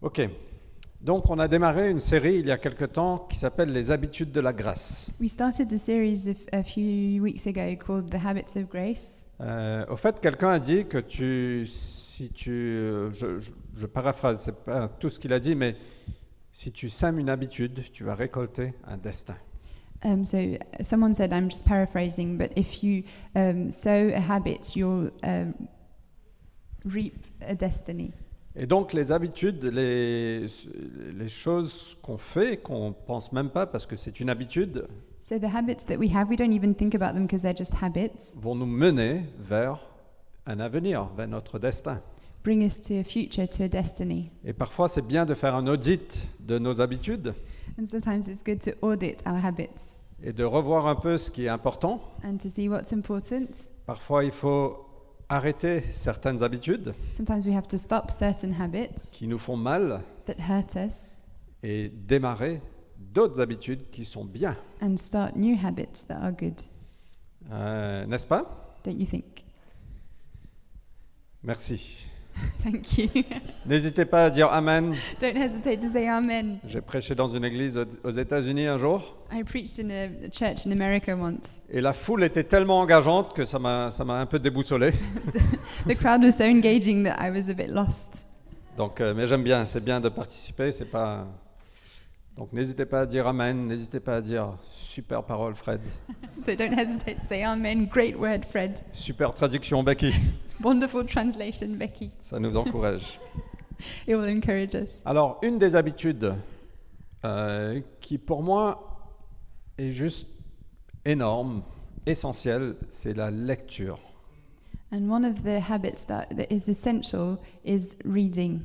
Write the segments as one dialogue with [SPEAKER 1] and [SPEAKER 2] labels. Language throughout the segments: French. [SPEAKER 1] Ok. Donc on a démarré une série il y a quelque temps qui s'appelle Les habitudes de la grâce.
[SPEAKER 2] We started a series of, a few weeks ago called The Habits of Grace.
[SPEAKER 1] Euh, au fait, quelqu'un a dit que tu, si tu, euh, je, je- je paraphrase, c'est pas tout ce qu'il a dit, mais si tu sèmes une habitude, tu vas récolter un destin.
[SPEAKER 2] Um, so someone said, I'm just paraphrasing, but if you um, sow a habit, you'll um, reap a destiny.
[SPEAKER 1] Et donc les habitudes, les, les choses qu'on fait, qu'on pense même pas parce que c'est une habitude,
[SPEAKER 2] So the habits that we have, we don't even think about them because they're just habits,
[SPEAKER 1] vont nous mener vers un avenir, vers notre destin.
[SPEAKER 2] bring us to a future, to a destiny.
[SPEAKER 1] Et parfois, c'est bien de faire un audit de nos habitudes
[SPEAKER 2] And sometimes it's good to audit our habits
[SPEAKER 1] et de revoir un peu ce qui est important.
[SPEAKER 2] and to see what's important.
[SPEAKER 1] Parfois, il faut arrêter certaines habitudes
[SPEAKER 2] Sometimes we have to stop certain habits
[SPEAKER 1] qui nous font mal
[SPEAKER 2] that hurt us
[SPEAKER 1] et démarrer d'autres habitudes qui sont bien,
[SPEAKER 2] and start new habits that are good,
[SPEAKER 1] Euh, n'est-ce pas
[SPEAKER 2] don't you think?
[SPEAKER 1] Merci.
[SPEAKER 2] Thank you.
[SPEAKER 1] N'hésitez pas à dire Amen.
[SPEAKER 2] don't hesitate to say amen.
[SPEAKER 1] J'ai prêché dans une église aux- aux États-Unis un jour
[SPEAKER 2] I preached in a a church in America once.
[SPEAKER 1] et la foule était tellement engageante que ça m'a ça m'a un peu déboussolé.
[SPEAKER 2] The crowd was so engaging that I was a bit lost.
[SPEAKER 1] Donc, euh, mais j'aime bien, c'est bien de participer, c'est pas. Donc n'hésitez pas à dire Amen, n'hésitez pas à dire super parole Fred,
[SPEAKER 2] So don't hesitate to say amen. Great word, Fred.
[SPEAKER 1] super traduction Becky,
[SPEAKER 2] Wonderful translation, Becky.
[SPEAKER 1] ça nous encourage.
[SPEAKER 2] It will encourage us.
[SPEAKER 1] Alors une des habitudes euh, qui pour moi est juste énorme, essentielle, c'est la lecture.
[SPEAKER 2] And one of the habits that, that is essential is reading,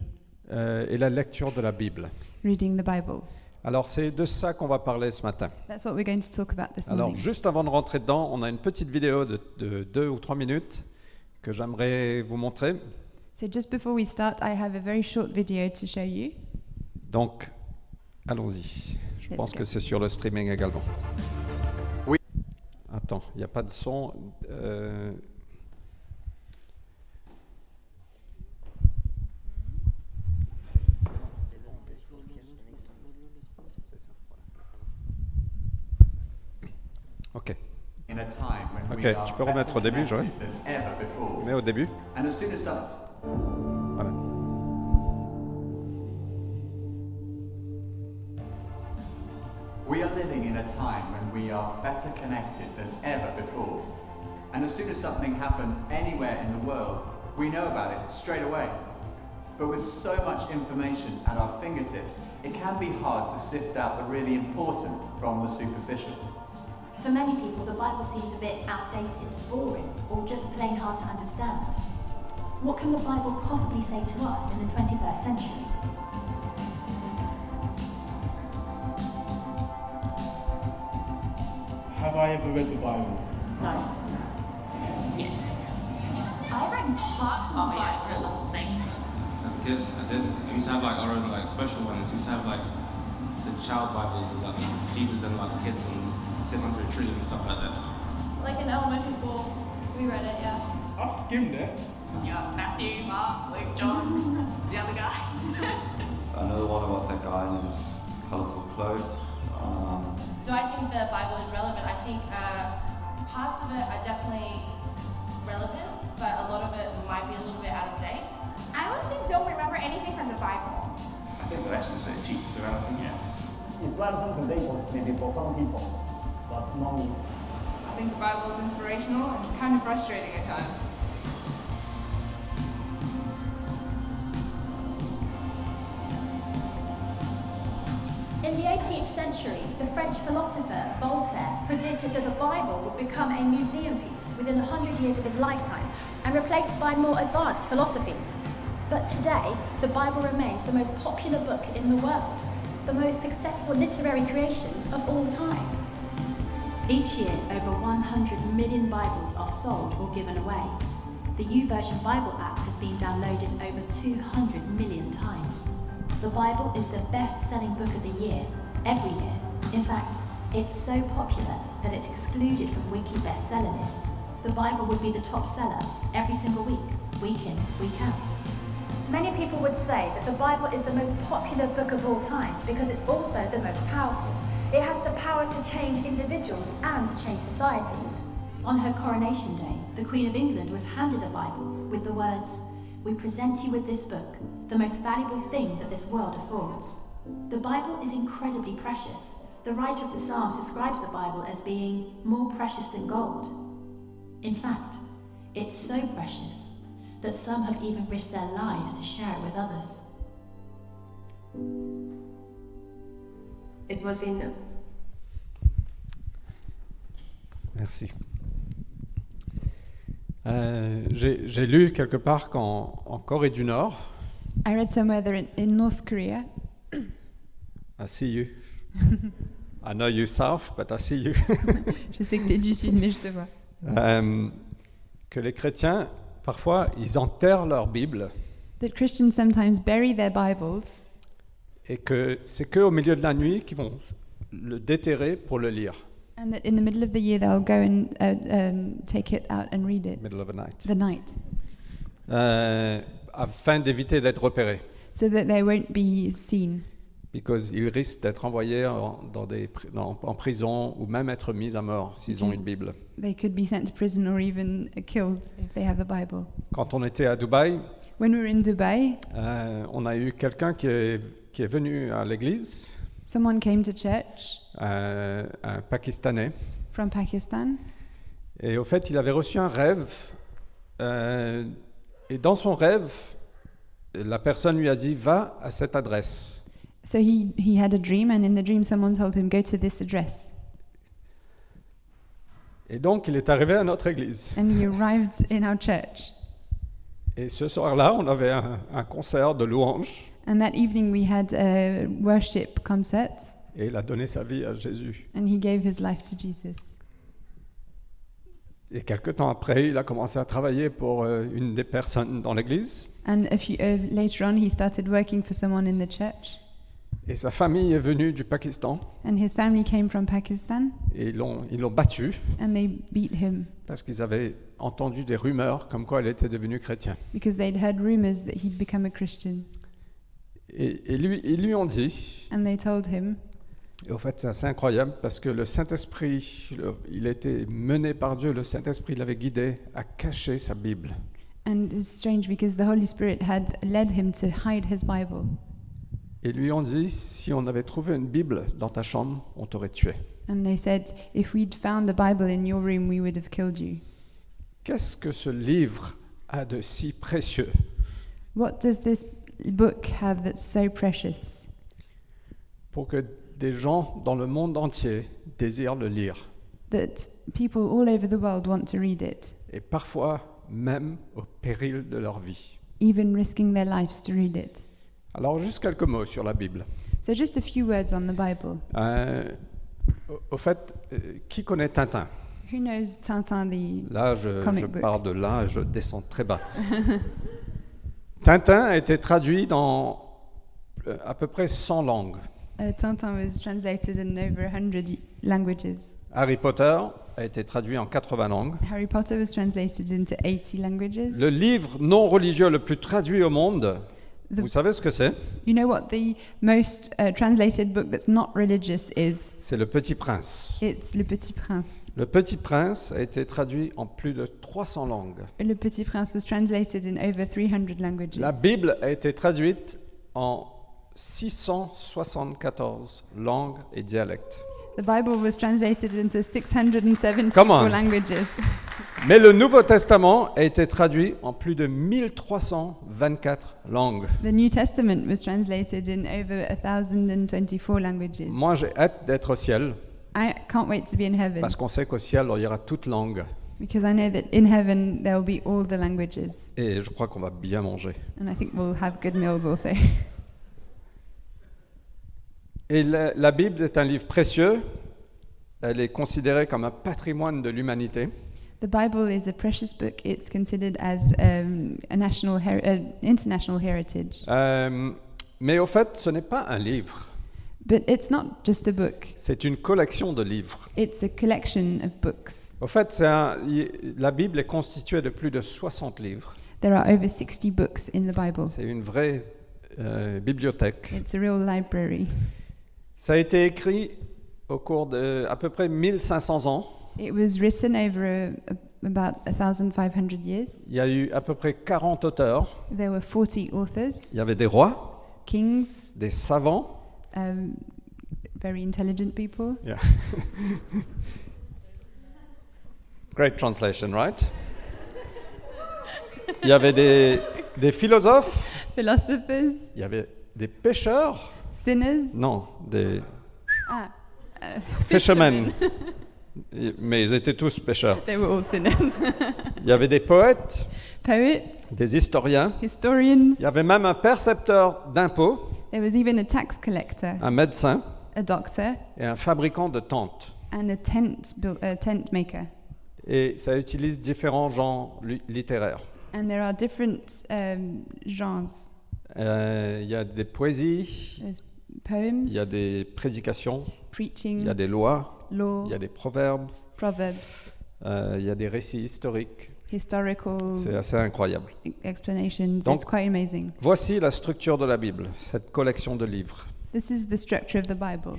[SPEAKER 1] euh, et la lecture de la Bible.
[SPEAKER 2] reading the Bible.
[SPEAKER 1] Alors c'est de ça qu'on va parler ce matin.
[SPEAKER 2] That's what we're going to talk about this
[SPEAKER 1] Alors,
[SPEAKER 2] morning.
[SPEAKER 1] juste avant de rentrer dedans, on a une petite vidéo de, de deux ou trois minutes que j'aimerais vous montrer.
[SPEAKER 2] So just before we start, I have a very short video to show you.
[SPEAKER 1] Donc, allons-y. Je
[SPEAKER 2] Let's
[SPEAKER 1] pense
[SPEAKER 2] go.
[SPEAKER 1] que c'est sur le streaming également.
[SPEAKER 3] Oui.
[SPEAKER 1] Attends, il n'y a pas de son. euh, Ok,
[SPEAKER 3] in a time when we
[SPEAKER 1] Ok,
[SPEAKER 3] are
[SPEAKER 1] tu peux remettre au
[SPEAKER 3] better
[SPEAKER 1] début, Joël.
[SPEAKER 3] connected than ever before.
[SPEAKER 1] mais au début,
[SPEAKER 3] And as soon as some-
[SPEAKER 1] voilà.
[SPEAKER 3] we are living in a time when we are better connected than ever before. And as soon as something happens anywhere in the world, we know about it straight away. But with so much information at our fingertips, it can be hard to sift out the really important from the superficial.
[SPEAKER 4] For many people, the Bible seems a bit outdated, boring, or just plain hard to understand. What can the Bible possibly say to us in the 21st century?
[SPEAKER 5] Have I ever read the Bible?
[SPEAKER 4] No.
[SPEAKER 6] Yes. I read parts
[SPEAKER 7] Oh,
[SPEAKER 6] of the Bible.
[SPEAKER 8] As a kid, I did. We used to have like our own like special ones. We used to have like the child Bibles with like Jesus and like kids and sitting under a tree and stuff like that.
[SPEAKER 7] Like in elementary school, we read it, yeah.
[SPEAKER 5] I've skimmed it.
[SPEAKER 6] Yeah, Matthew, Mark, Luke, John, the other guys.
[SPEAKER 9] Another one about that guy in his colourful clothes. Um,
[SPEAKER 7] Do I think the Bible is relevant? I think uh, parts of it are definitely relevant, but a lot of it might be a little bit out of date. I honestly don't remember anything from the Bible.
[SPEAKER 8] I think the Exodus and Jesus around. I think yeah.
[SPEAKER 10] It's relevant today for maybe for some people, but not me.
[SPEAKER 7] I think the Bible is inspirational and kind of frustrating at times.
[SPEAKER 4] In the 18th century, the French philosopher Voltaire predicted that the Bible would become a museum piece within 100 years of his lifetime and replaced by more advanced philosophies. But today, the Bible remains the most popular book in the world, the most successful literary creation of all time. Each year, over 100 million Bibles are sold or given away. The YouVersion Bible app has been downloaded over 200 million times. The Bible is the best selling book of the year, every year. In fact, it's so popular that it's excluded from weekly bestseller lists. The Bible would be the top seller every single week, week in, week out. Many people would say that the Bible is the most popular book of all time because it's also the most powerful. It has the power to change individuals and change societies.
[SPEAKER 11] On her coronation day, the Queen of England was handed a Bible with the words, We present you with this book, the most valuable thing that this world affords. The Bible is incredibly precious. The writer of the Psalms describes the Bible as being more precious than gold. In fact, it's so precious that some have even risked their lives to share it with others.
[SPEAKER 12] It was in.
[SPEAKER 1] Merci. Euh, j'ai j'ai lu quelque part qu'en en Corée du Nord,
[SPEAKER 2] I read somewhere that in, in North Korea,
[SPEAKER 1] I see you. I know you south, but I see you.
[SPEAKER 2] je sais que tu es du sud, mais je te vois.
[SPEAKER 1] Euh, que les chrétiens, parfois, ils enterrent leur Bible
[SPEAKER 2] That Christians sometimes bury their Bibles
[SPEAKER 1] et que c'est qu'au milieu de la nuit qu'ils vont le déterrer pour le lire.
[SPEAKER 2] and that in the middle of the year they'll go and uh, um, take it out and read it
[SPEAKER 1] Middle of the night.
[SPEAKER 2] the night
[SPEAKER 1] Euh, afin d'éviter d'être repérés.
[SPEAKER 2] so that they won't be seen
[SPEAKER 1] Because ils risquent d'être envoyés en, dans des pri- dans- en prison ou même être mis à mort s'ils ont une Bible.
[SPEAKER 2] they could be sent to prison or even uh, killed if they have a Bible.
[SPEAKER 1] Quand on était à Dubaï,
[SPEAKER 2] When we were in Dubai,
[SPEAKER 1] euh, on a eu quelqu'un qui est, qui est venu à l'église,
[SPEAKER 2] someone came to church
[SPEAKER 1] euh, un Pakistanais,
[SPEAKER 2] from Pakistan,
[SPEAKER 1] et au fait, il avait reçu un rêve. euh, et dans son rêve, la personne lui a dit Va à cette adresse.
[SPEAKER 2] so he, he had a dream, and in the dream, someone told him, Go to this address.
[SPEAKER 1] Et donc, il est arrivé à notre église.
[SPEAKER 2] And he arrived in our church.
[SPEAKER 1] Et ce soir-là, on avait un, un concert de louanges,
[SPEAKER 2] And that evening, we had a worship concert,
[SPEAKER 1] et il a donné sa vie à Jésus.
[SPEAKER 2] and he gave his life to Jesus.
[SPEAKER 1] Et quelque temps après, il a commencé à travailler pour euh, une des personnes dans l'église.
[SPEAKER 2] And a few, uh, later on, he started working for someone in the church,
[SPEAKER 1] Et sa famille est venue du Pakistan
[SPEAKER 2] and his family came from Pakistan,
[SPEAKER 1] et ils l'ont ils l'ont battu
[SPEAKER 2] and they beat him
[SPEAKER 1] parce qu'ils avaient entendu des rumeurs comme quoi il était devenu chrétien.
[SPEAKER 2] because they'd heard rumors that he'd become a Christian.
[SPEAKER 1] Et, et lui, ils lui ont dit,
[SPEAKER 2] And they told him,
[SPEAKER 1] et au fait c'est assez incroyable parce que le Saint-Esprit, le- il était mené par Dieu, le Saint-Esprit l'avait guidé à cacher sa Bible.
[SPEAKER 2] And it's strange because the Holy Spirit had led him to hide his Bible.
[SPEAKER 1] Et lui ont dit, si on avait trouvé une Bible dans ta chambre, on t'aurait tué.
[SPEAKER 2] And they said, if we'd found a Bible in your room, we would have killed you.
[SPEAKER 1] Qu'est-ce que ce livre a de si précieux
[SPEAKER 2] What does this book have that's so precious
[SPEAKER 1] pour que des gens dans le monde entier désirent le lire
[SPEAKER 2] that people all over the world want to read it,
[SPEAKER 1] et parfois même au péril de leur vie.
[SPEAKER 2] even risking their lives to read it?
[SPEAKER 1] Alors juste quelques mots sur la Bible.
[SPEAKER 2] So, just a few words on the Bible.
[SPEAKER 1] Euh, au- au fait, euh, qui connaît Tintin
[SPEAKER 2] Who knows Tintin the.
[SPEAKER 1] Là, je,
[SPEAKER 2] Comic
[SPEAKER 1] je
[SPEAKER 2] book.
[SPEAKER 1] pars de là, je descends très bas. Tintin a été traduit dans euh, à peu près 100 langues.
[SPEAKER 2] uh, Tintin was translated in over 100 y- languages.
[SPEAKER 1] Harry Potter a été traduit en 80 langues.
[SPEAKER 2] Harry Potter was translated into 80 languages.
[SPEAKER 1] Le livre non religieux le plus traduit au monde,
[SPEAKER 2] The-
[SPEAKER 1] vous savez ce que c'est
[SPEAKER 2] You know what the most uh, translated book that's not religious is?
[SPEAKER 1] C'est Le Petit Prince.
[SPEAKER 2] It's Le Petit Prince.
[SPEAKER 1] Le Petit Prince a été traduit en plus de 300 langues.
[SPEAKER 2] Le Petit Prince was translated in over 300 languages.
[SPEAKER 1] La Bible a été traduite en 674 langues et dialectes.
[SPEAKER 2] the Bible was translated into 674
[SPEAKER 1] Come on.
[SPEAKER 2] languages.
[SPEAKER 1] Mais le Nouveau Testament a été traduit en plus de 1324 langues.
[SPEAKER 2] The New Testament was translated in over 1,024 languages.
[SPEAKER 1] Moi, j'ai hâte d'être au ciel,
[SPEAKER 2] I can't wait to be in heaven
[SPEAKER 1] parce qu'on sait qu'au ciel, il y aura toute langue.
[SPEAKER 2] because I know that in heaven there will be all the languages,
[SPEAKER 1] Et je crois qu'on va bien manger.
[SPEAKER 2] and I think we'll have good meals also.
[SPEAKER 1] Et la, la Bible est un livre précieux. Elle est considérée comme un patrimoine de l'humanité.
[SPEAKER 2] The Bible is a precious book. It's considered as um, a national, her- uh, international heritage.
[SPEAKER 1] Euh, mais au fait, ce n'est pas un livre.
[SPEAKER 2] But it's not just a book.
[SPEAKER 1] C'est une collection de livres.
[SPEAKER 2] It's a collection of books.
[SPEAKER 1] Au fait, c'est un- y- la Bible est constituée de plus de 60 livres.
[SPEAKER 2] There are over 60 books in the Bible.
[SPEAKER 1] C'est une vraie euh, bibliothèque.
[SPEAKER 2] It's a real library.
[SPEAKER 1] Ça a été écrit au cours de à peu près 1500 ans.
[SPEAKER 2] It was written over a, a, about 1,500 years.
[SPEAKER 1] Il y a eu à peu près 40 auteurs.
[SPEAKER 2] There were 40 authors,
[SPEAKER 1] Il y avait des rois,
[SPEAKER 2] kings,
[SPEAKER 1] des savants.
[SPEAKER 2] um, very intelligent people.
[SPEAKER 1] Yeah. Great translation, right? Il y avait des, des philosophes,
[SPEAKER 2] philosophers,
[SPEAKER 1] il y avait des pêcheurs,
[SPEAKER 2] sinners,
[SPEAKER 1] non, des
[SPEAKER 2] ah, uh,
[SPEAKER 1] fishermen, mais ils étaient tous pêcheurs.
[SPEAKER 2] They were all sinners.
[SPEAKER 1] Il y avait des poètes,
[SPEAKER 2] Poets,
[SPEAKER 1] des historiens,
[SPEAKER 2] historians.
[SPEAKER 1] il y avait même un percepteur d'impôts,
[SPEAKER 2] There was even a tax collector,
[SPEAKER 1] un médecin
[SPEAKER 2] a doctor,
[SPEAKER 1] et un fabricant de tentes.
[SPEAKER 2] and a tent buil- a tent maker.
[SPEAKER 1] Et ça utilise différents genres lu- littéraires.
[SPEAKER 2] And there are different um, genres.
[SPEAKER 1] Euh, il y a des poésies,
[SPEAKER 2] There's
[SPEAKER 1] il
[SPEAKER 2] poems,
[SPEAKER 1] y a des prédications, il
[SPEAKER 2] preaching,
[SPEAKER 1] y a des lois,
[SPEAKER 2] law,
[SPEAKER 1] il y a des proverbes,
[SPEAKER 2] proverbs,
[SPEAKER 1] euh, il y a des récits historiques.
[SPEAKER 2] historical e-,
[SPEAKER 1] C'est assez incroyable.
[SPEAKER 2] explanations.
[SPEAKER 1] Donc-
[SPEAKER 2] it's quite amazing.
[SPEAKER 1] Voici la structure de la Bible, cette collection de livres.
[SPEAKER 2] This is the structure of the Bible.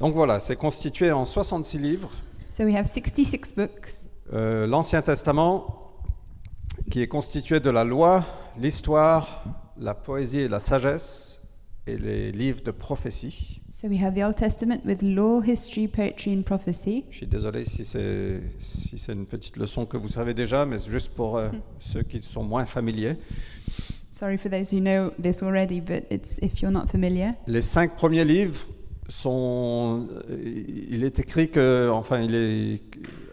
[SPEAKER 1] Donc voilà, c'est constitué en 66 livres.
[SPEAKER 2] So we have 66 books.
[SPEAKER 1] Euh, L'Ancien Testament, qui est constitué de la loi, l'histoire, la poésie et la sagesse, et les livres de prophétie.
[SPEAKER 2] So we have the Old Testament with law, history, poetry, and prophecy.
[SPEAKER 1] Je suis désolé si c'est si c'est une petite leçon que vous savez déjà, mais c'est juste pour euh, ceux qui sont moins familiers.
[SPEAKER 2] Sorry for those who know this already, but it's if you're not familiar.
[SPEAKER 1] Les cinq premiers livres sont. euh, Il est écrit que. Enfin, il est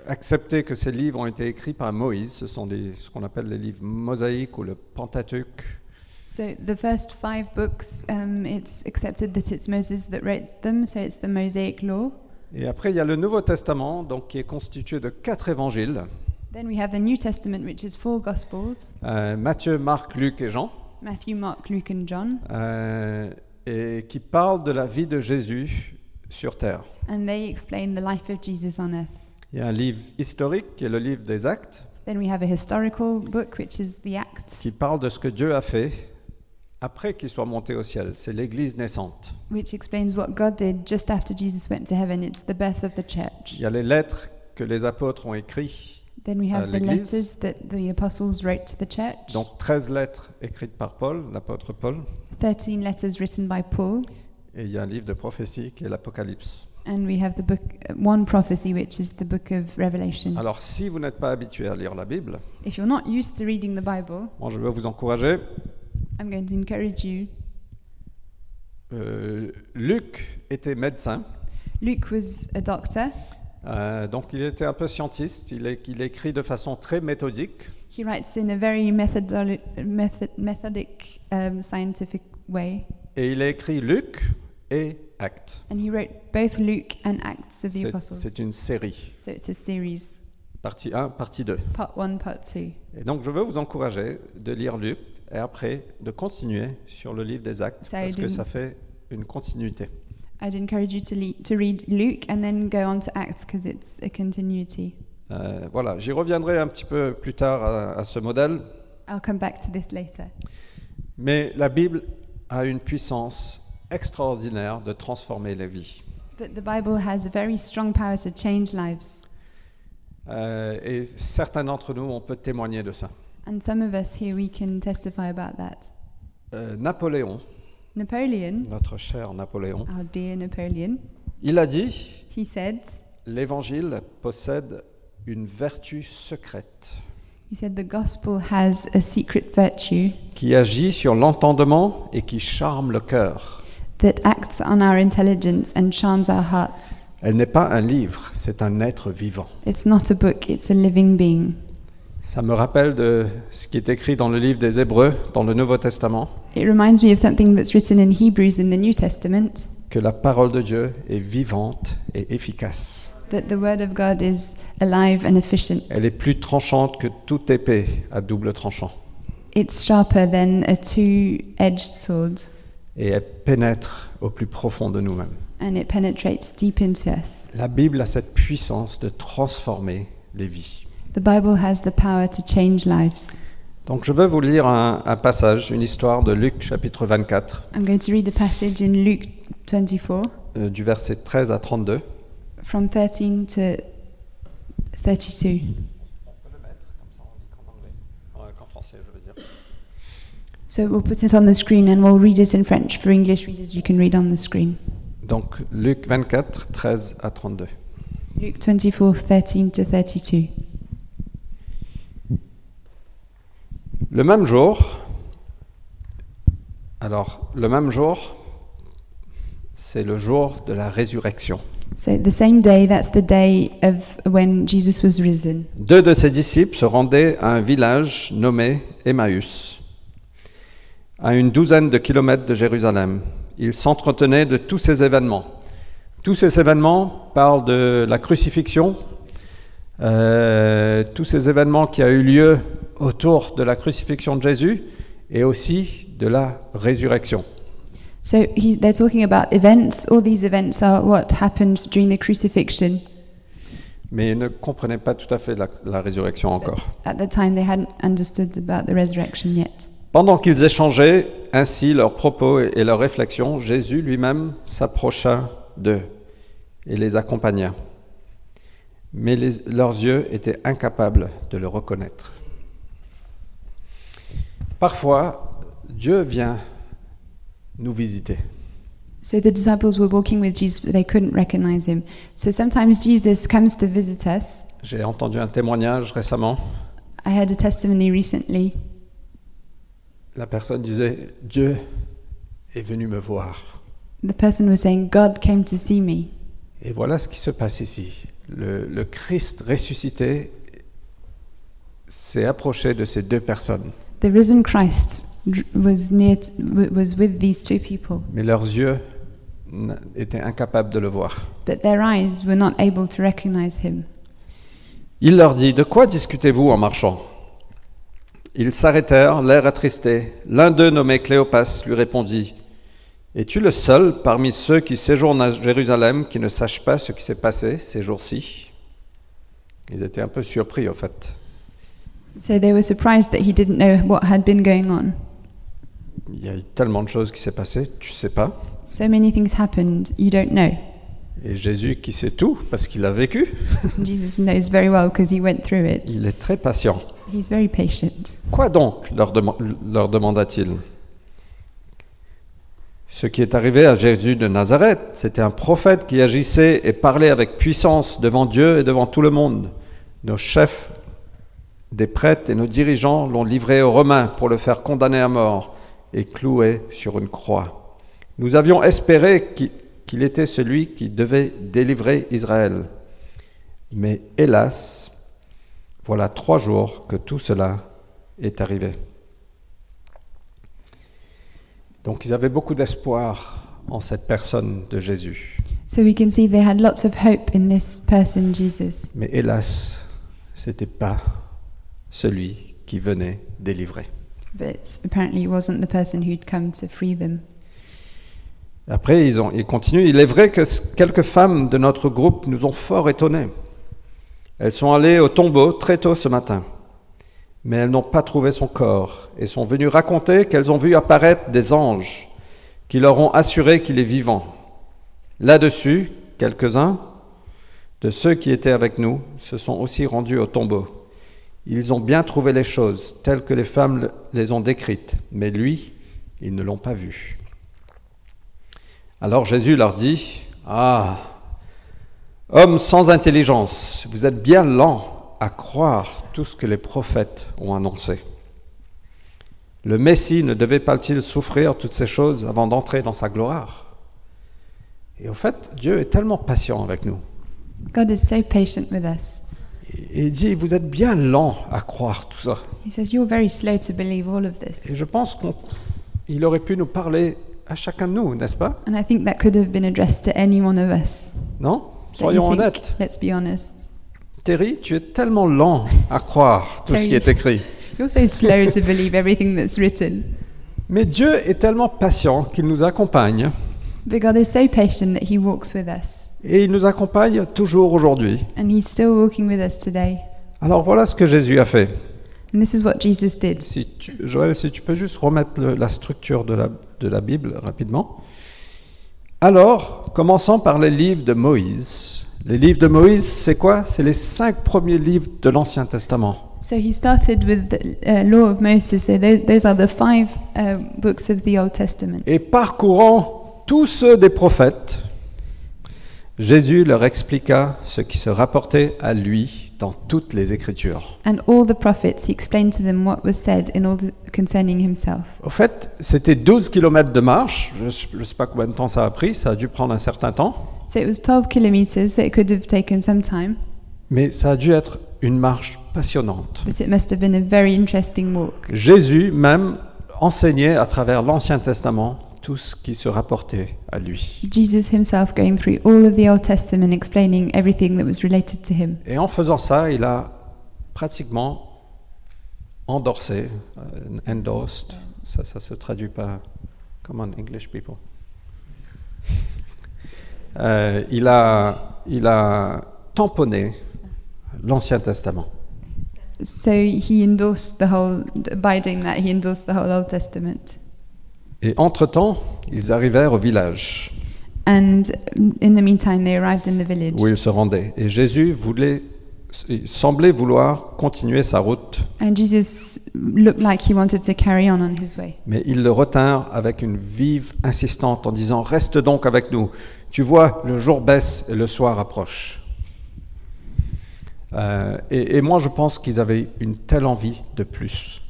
[SPEAKER 1] accepté que ces livres ont été écrits par Moïse. Ce sont des, ce qu'on appelle les livres mosaïques ou le Pentateuque.
[SPEAKER 2] So the first five books, um, it's accepted that it's Moses that wrote them, so it's the Mosaic Law.
[SPEAKER 1] Et après, il y a le Nouveau Testament, donc, qui est constitué de quatre évangiles
[SPEAKER 2] Then we have the New Testament, which is four Gospels
[SPEAKER 1] euh, Matthieu, Marc, Luc et Jean,
[SPEAKER 2] Matthew, Mark, Luke, and John.
[SPEAKER 1] euh, et qui parlent de la vie de Jésus sur terre.
[SPEAKER 2] And they explain the life of Jesus on earth.
[SPEAKER 1] Il y a un livre historique qui est le livre des Actes,
[SPEAKER 2] Then we have a historical book, which is the Acts,
[SPEAKER 1] qui parle de ce que Dieu a fait après qu'il soit monté au ciel. C'est l'Église naissante.
[SPEAKER 2] which explains what God did just after Jesus went to heaven. It's the birth of the church.
[SPEAKER 1] Il y a les lettres que les apôtres ont écrites,
[SPEAKER 2] Then we have
[SPEAKER 1] Uh,
[SPEAKER 2] the
[SPEAKER 1] l'Église.
[SPEAKER 2] letters that the apostles wrote to the church.
[SPEAKER 1] donc 13 lettres écrites par Paul, l'apôtre Paul,
[SPEAKER 2] 13 letters written by Paul,
[SPEAKER 1] et il y a un livre de prophétie qui est l'Apocalypse.
[SPEAKER 2] and we have the book uh, one prophecy, which is the book of Revelation.
[SPEAKER 1] Alors si vous n'êtes pas habitué à lire la Bible,
[SPEAKER 2] If you're not used to reading the Bible,
[SPEAKER 1] moi je veux vous encourager.
[SPEAKER 2] I'm going to encourage you.
[SPEAKER 1] Euh, Luc était médecin,
[SPEAKER 2] Luke was a doctor.
[SPEAKER 1] euh, donc il était un peu scientiste, il, é- il écrit de façon très méthodique,
[SPEAKER 2] He writes in a very methodolo- method, methodic, um, scientific way,
[SPEAKER 1] et il a écrit Luc et Actes.
[SPEAKER 2] and he wrote both Luke and Acts of the
[SPEAKER 1] C'est
[SPEAKER 2] Apostles.
[SPEAKER 1] c'est une série,
[SPEAKER 2] So it's a series,
[SPEAKER 1] partie 1, partie 2.
[SPEAKER 2] part one, part two.
[SPEAKER 1] Et donc je veux vous encourager de lire Luc et après de continuer sur le livre des actes
[SPEAKER 2] Ça
[SPEAKER 1] parce
[SPEAKER 2] aide
[SPEAKER 1] que
[SPEAKER 2] une-
[SPEAKER 1] ça fait une continuité.
[SPEAKER 2] I'd encourage you to, le- to read Luke and then go on to Acts because it's a continuity.
[SPEAKER 1] Euh, voilà, j'y reviendrai un petit peu plus tard à, à ce modèle,
[SPEAKER 2] I'll come back to this later.
[SPEAKER 1] mais la Bible a une puissance extraordinaire de transformer les vies.
[SPEAKER 2] But the Bible has a very strong power to change lives,
[SPEAKER 1] Euh, et certains d'entre nous, on peut témoigner de ça.
[SPEAKER 2] and some of us here we can testify about that.
[SPEAKER 1] Euh, Napoléon,
[SPEAKER 2] Napoleon,
[SPEAKER 1] notre cher Napoléon,
[SPEAKER 2] our dear Napoleon,
[SPEAKER 1] il a dit,
[SPEAKER 2] he said,
[SPEAKER 1] l'Évangile possède une vertu secrète
[SPEAKER 2] he said the gospel has a secret virtue
[SPEAKER 1] qui agit sur l'entendement et qui charme le cœur.
[SPEAKER 2] that acts on our intelligence and charms our hearts.
[SPEAKER 1] Elle n'est pas un livre, c'est un être vivant.
[SPEAKER 2] It's not a book, it's a living being.
[SPEAKER 1] Ça me rappelle de ce qui est écrit dans le livre des Hébreux, dans le Nouveau Testament,
[SPEAKER 2] It reminds me of something that's written in Hebrews in the New Testament
[SPEAKER 1] que la parole de Dieu est vivante et efficace.
[SPEAKER 2] that the word of God is alive and efficient.
[SPEAKER 1] Elle est plus tranchante que toute épée à double tranchant.
[SPEAKER 2] It's sharper than a two-edged sword
[SPEAKER 1] Et elle pénètre au plus profond de nous-mêmes.
[SPEAKER 2] and it penetrates deep into us.
[SPEAKER 1] La Bible a cette puissance de transformer les vies.
[SPEAKER 2] The Bible has the power to change lives.
[SPEAKER 1] Donc je vais vous lire un, un passage, une histoire de Luc chapitre 24,
[SPEAKER 2] I'm going to read the passage in Luke 24
[SPEAKER 1] euh, du verset 13 à 32.
[SPEAKER 2] from 13 to 32. So we'll put it on the screen and we'll read it in French. For English readers, you can read on the screen.
[SPEAKER 1] Donc Luc 24, 13 à 32.
[SPEAKER 2] Luke 24, 13 to 32.
[SPEAKER 1] Le même jour, alors le même jour, c'est le jour de la résurrection.
[SPEAKER 2] So the same day, that's the day of when Jesus was risen.
[SPEAKER 1] Deux de ses disciples se rendaient à un village nommé Emmaüs, à une douzaine de kilomètres de Jérusalem. Ils s'entretenaient de tous ces événements. Tous ces événements parlent de la crucifixion, euh, tous ces événements qui a eu lieu autour de la crucifixion de Jésus et aussi de la résurrection.
[SPEAKER 2] So he, they're talking about events. All these events are what happened during the crucifixion.
[SPEAKER 1] Mais ils ne comprenaient pas tout à fait la, la résurrection encore.
[SPEAKER 2] At the time, they hadn't understood about the resurrection yet.
[SPEAKER 1] Pendant qu'ils échangeaient ainsi leurs propos et leurs réflexions, Jésus lui-même s'approcha d'eux et les accompagna. Mais les- leurs yeux étaient incapables de le reconnaître. Parfois, Dieu vient nous visiter.
[SPEAKER 2] So the disciples were walking with Jesus, but they couldn't recognize him. So sometimes Jesus comes to visit us.
[SPEAKER 1] J'ai entendu un témoignage récemment.
[SPEAKER 2] I heard a testimony recently.
[SPEAKER 1] La personne disait, Dieu est venu me voir.
[SPEAKER 2] The person was saying, God came to see me.
[SPEAKER 1] Et voilà ce qui se passe ici. Le, le Christ ressuscité s'est approché de ces deux personnes,
[SPEAKER 2] The risen Christ dr- was near, t- w- was with these two people,
[SPEAKER 1] mais leurs yeux n- étaient incapables de le voir.
[SPEAKER 2] but their eyes were not able to recognize him.
[SPEAKER 1] Il leur dit, de quoi discutez-vous en marchant Ils s'arrêtèrent, l'air attristé. L'un d'eux, nommé Cléopas, lui répondit, Es-tu le seul parmi ceux qui séjournent à Jérusalem qui ne sache pas ce qui s'est passé ces jours-ci Ils étaient un peu surpris, au fait.
[SPEAKER 2] So they were surprised that he didn't know what had been going on.
[SPEAKER 1] Il y a eu tellement de choses qui s'est passé, tu sais pas.
[SPEAKER 2] So many things happened, you don't know.
[SPEAKER 1] Et Jésus qui sait tout parce qu'il a vécu,
[SPEAKER 2] Jesus knows very well because he went through it.
[SPEAKER 1] il est très patient.
[SPEAKER 2] He's very patient.
[SPEAKER 1] Quoi donc leur, dema- leur demanda-t-il. Ce qui est arrivé à Jésus de Nazareth, c'était un prophète qui agissait et parlait avec puissance devant Dieu et devant tout le monde. Nos chefs des prêtres et nos dirigeants l'ont livré aux Romains pour le faire condamner à mort et clouer sur une croix. Nous avions espéré qui- qu'il était celui qui devait délivrer Israël. Mais hélas, voilà trois jours que tout cela est arrivé. Donc ils avaient beaucoup d'espoir en cette personne de Jésus.
[SPEAKER 2] So we can see they had lots of hope in this person, Jesus.
[SPEAKER 1] Mais hélas, ce n'était pas celui qui venait délivrer.
[SPEAKER 2] But apparently he wasn't the person who'd come to free them.
[SPEAKER 1] Après, ils, ont, ils continuent. Il est vrai que s- quelques femmes de notre groupe nous ont fort étonnés. Elles sont allées au tombeau très tôt ce matin, mais elles n'ont pas trouvé son corps et sont venues raconter qu'elles ont vu apparaître des anges qui leur ont assuré qu'il est vivant. Là-dessus, quelques-uns de ceux qui étaient avec nous se sont aussi rendus au tombeau. Ils ont bien trouvé les choses telles que les femmes le- les ont décrites, mais lui, ils ne l'ont pas vu. Alors Jésus leur dit, Ah, hommes sans intelligence, vous êtes bien lents à croire tout ce que les prophètes ont annoncé. Le Messie ne devait-il souffrir toutes ces choses avant d'entrer dans sa gloire Et au fait, Dieu est tellement patient avec nous.
[SPEAKER 2] God is so patient with us.
[SPEAKER 1] Et il dit, vous êtes bien lents à croire tout ça.
[SPEAKER 2] He says, You're very slow to believe all of this.
[SPEAKER 1] Et je pense qu'il aurait pu nous parler à chacun de nous, n'est-ce pas
[SPEAKER 2] And I think that could have been addressed to any one of us.
[SPEAKER 1] Non
[SPEAKER 2] Don't you
[SPEAKER 1] Soyons
[SPEAKER 2] think?
[SPEAKER 1] honnêtes.
[SPEAKER 2] Let's be honest.
[SPEAKER 1] Terry, tu es tellement lent à croire tout ce qui est
[SPEAKER 2] Terry.
[SPEAKER 1] écrit.
[SPEAKER 2] You're so slow to believe everything that's written.
[SPEAKER 1] Mais Dieu est tellement patient qu'il nous accompagne
[SPEAKER 2] But God is so patient that He walks with us.
[SPEAKER 1] Et il nous accompagne toujours aujourd'hui.
[SPEAKER 2] and he's still walking with us today.
[SPEAKER 1] Alors voilà ce que Jésus a fait.
[SPEAKER 2] And this is what Jesus did.
[SPEAKER 1] Si tu- Joël, si tu peux juste remettre le- la structure de la, de la Bible rapidement. Alors, commençons par les livres de Moïse. Les livres de Moïse, c'est quoi C'est les cinq premiers livres de l'Ancien Testament.
[SPEAKER 2] So he started with the uh, Law of Moses. So those, those are the five uh, books of the Old Testament.
[SPEAKER 1] Et parcourant tous ceux des prophètes, Jésus leur expliqua ce qui se rapportait à lui dans toutes les Écritures.
[SPEAKER 2] And all the prophets, he explained to them what was said in all the, concerning himself.
[SPEAKER 1] Au fait, c'était 12 kilomètres de marche. Je ne sais pas combien de temps ça a pris, ça a dû prendre un certain temps.
[SPEAKER 2] So it was 12 kilometers, so it could have taken some time,
[SPEAKER 1] Mais ça a dû être une marche passionnante.
[SPEAKER 2] but it must have been a very interesting walk.
[SPEAKER 1] Jésus même enseignait à travers l'Ancien Testament tout ce qui se rapportait à lui.
[SPEAKER 2] Jesus himself going through all of the Old Testament, explaining everything that was related to him.
[SPEAKER 1] Et en faisant ça, il a pratiquement endorsé, euh, endorsed, ça, ça se traduit par, come on, English people. Euh, il, a, il a tamponné l'Ancien Testament.
[SPEAKER 2] So he endorsed the whole, by doing that, he endorsed the whole Old Testament.
[SPEAKER 1] Et entre-temps, ils arrivèrent au village.
[SPEAKER 2] And in the meantime, they arrived in the village.
[SPEAKER 1] où il se rendait. Et Jésus voulait, il semblait vouloir continuer sa route,
[SPEAKER 2] And Jesus looked like he wanted to carry on on his way.
[SPEAKER 1] mais ils le retinrent avec une vive insistante en disant Reste donc avec nous. Tu vois, le jour baisse et le soir approche. Euh, et, et moi, je pense qu'ils avaient une telle envie de plus.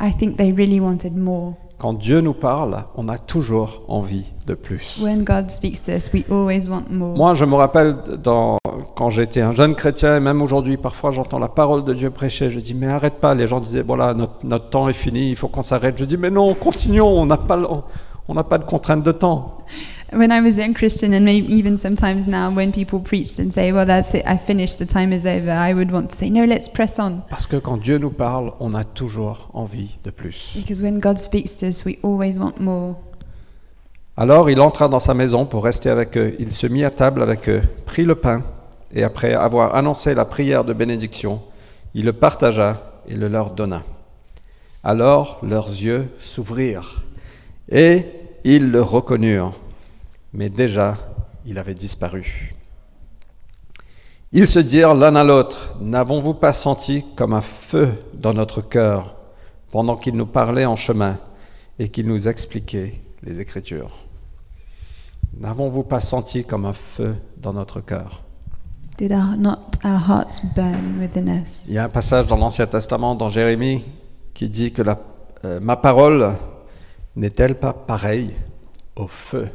[SPEAKER 2] I think they really wanted more.
[SPEAKER 1] Quand Dieu nous parle, on a toujours envie de plus.
[SPEAKER 2] When God speaks to us, we always want more.
[SPEAKER 1] Moi, je me rappelle dans- quand j'étais un jeune chrétien, et même aujourd'hui, parfois j'entends la parole de Dieu prêcher. Je dis, mais arrête pas. Les gens disaient, voilà, notre, notre temps est fini, il faut qu'on s'arrête. Je dis, mais non, continuons, on n'a pas, le- on- on n'a pas de contrainte de temps.
[SPEAKER 2] When I was a young Christian, and maybe even sometimes now, when people preach and say, "Well, that's it, I finished, the time is over," I would want to say, "No, let's press on,"
[SPEAKER 1] Parce que quand Dieu nous parle, on a toujours envie de plus.
[SPEAKER 2] because when God speaks to us, we always want more.
[SPEAKER 1] Alors il entra dans sa maison pour rester avec eux. Il se mit à table avec eux, prit le pain, et après avoir annoncé la prière de bénédiction, il le partagea et le leur donna. Alors leurs yeux s'ouvrirent, et ils le reconnurent, mais déjà il avait disparu. Ils se dirent l'un à l'autre, N'avons-vous pas senti comme un feu dans notre cœur pendant qu'il nous parlait en chemin et qu'il nous expliquait les Écritures N'avons-vous pas senti comme un feu dans notre cœur
[SPEAKER 2] Did our, not our hearts burn within us?
[SPEAKER 1] Il y a un passage dans l'Ancien Testament, dans Jérémie, qui dit que la- euh, ma parole n'est-elle pas pareille au feu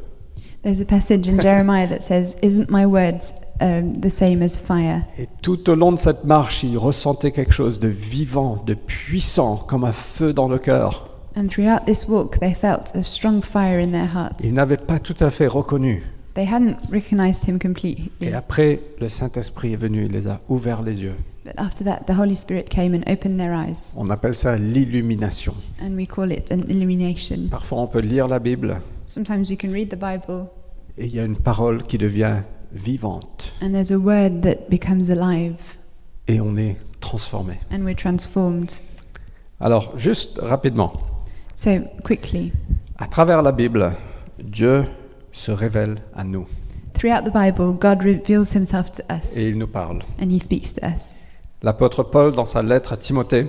[SPEAKER 2] There's a passage in Jeremiah that says, "Isn't my words um, the same as fire?"
[SPEAKER 1] Et tout au long de cette marche, il ressentait quelque chose de vivant, de puissant, comme un feu dans le cœur.
[SPEAKER 2] And throughout this walk, they felt a strong fire in their hearts.
[SPEAKER 1] Il n'avait pas tout à fait reconnu.
[SPEAKER 2] They hadn't recognized him completely.
[SPEAKER 1] Et après, le Saint-Esprit est venu, il les a ouverts les yeux.
[SPEAKER 2] But after that, the Holy Spirit came and opened their eyes,
[SPEAKER 1] On appelle ça l'illumination.
[SPEAKER 2] and we call it an illumination.
[SPEAKER 1] Parfois, on peut lire la Bible
[SPEAKER 2] Sometimes we can read the Bible,
[SPEAKER 1] et il y a une parole qui devient vivante
[SPEAKER 2] and there's a word that becomes alive,
[SPEAKER 1] et on est transformé.
[SPEAKER 2] and we're transformed.
[SPEAKER 1] Alors, juste rapidement,
[SPEAKER 2] So, quickly,
[SPEAKER 1] à travers la Bible, Dieu se révèle à nous
[SPEAKER 2] throughout the Bible, God reveals himself to us,
[SPEAKER 1] et il nous parle.
[SPEAKER 2] and he speaks to us.
[SPEAKER 1] L'apôtre Paul, dans sa lettre à Timothée,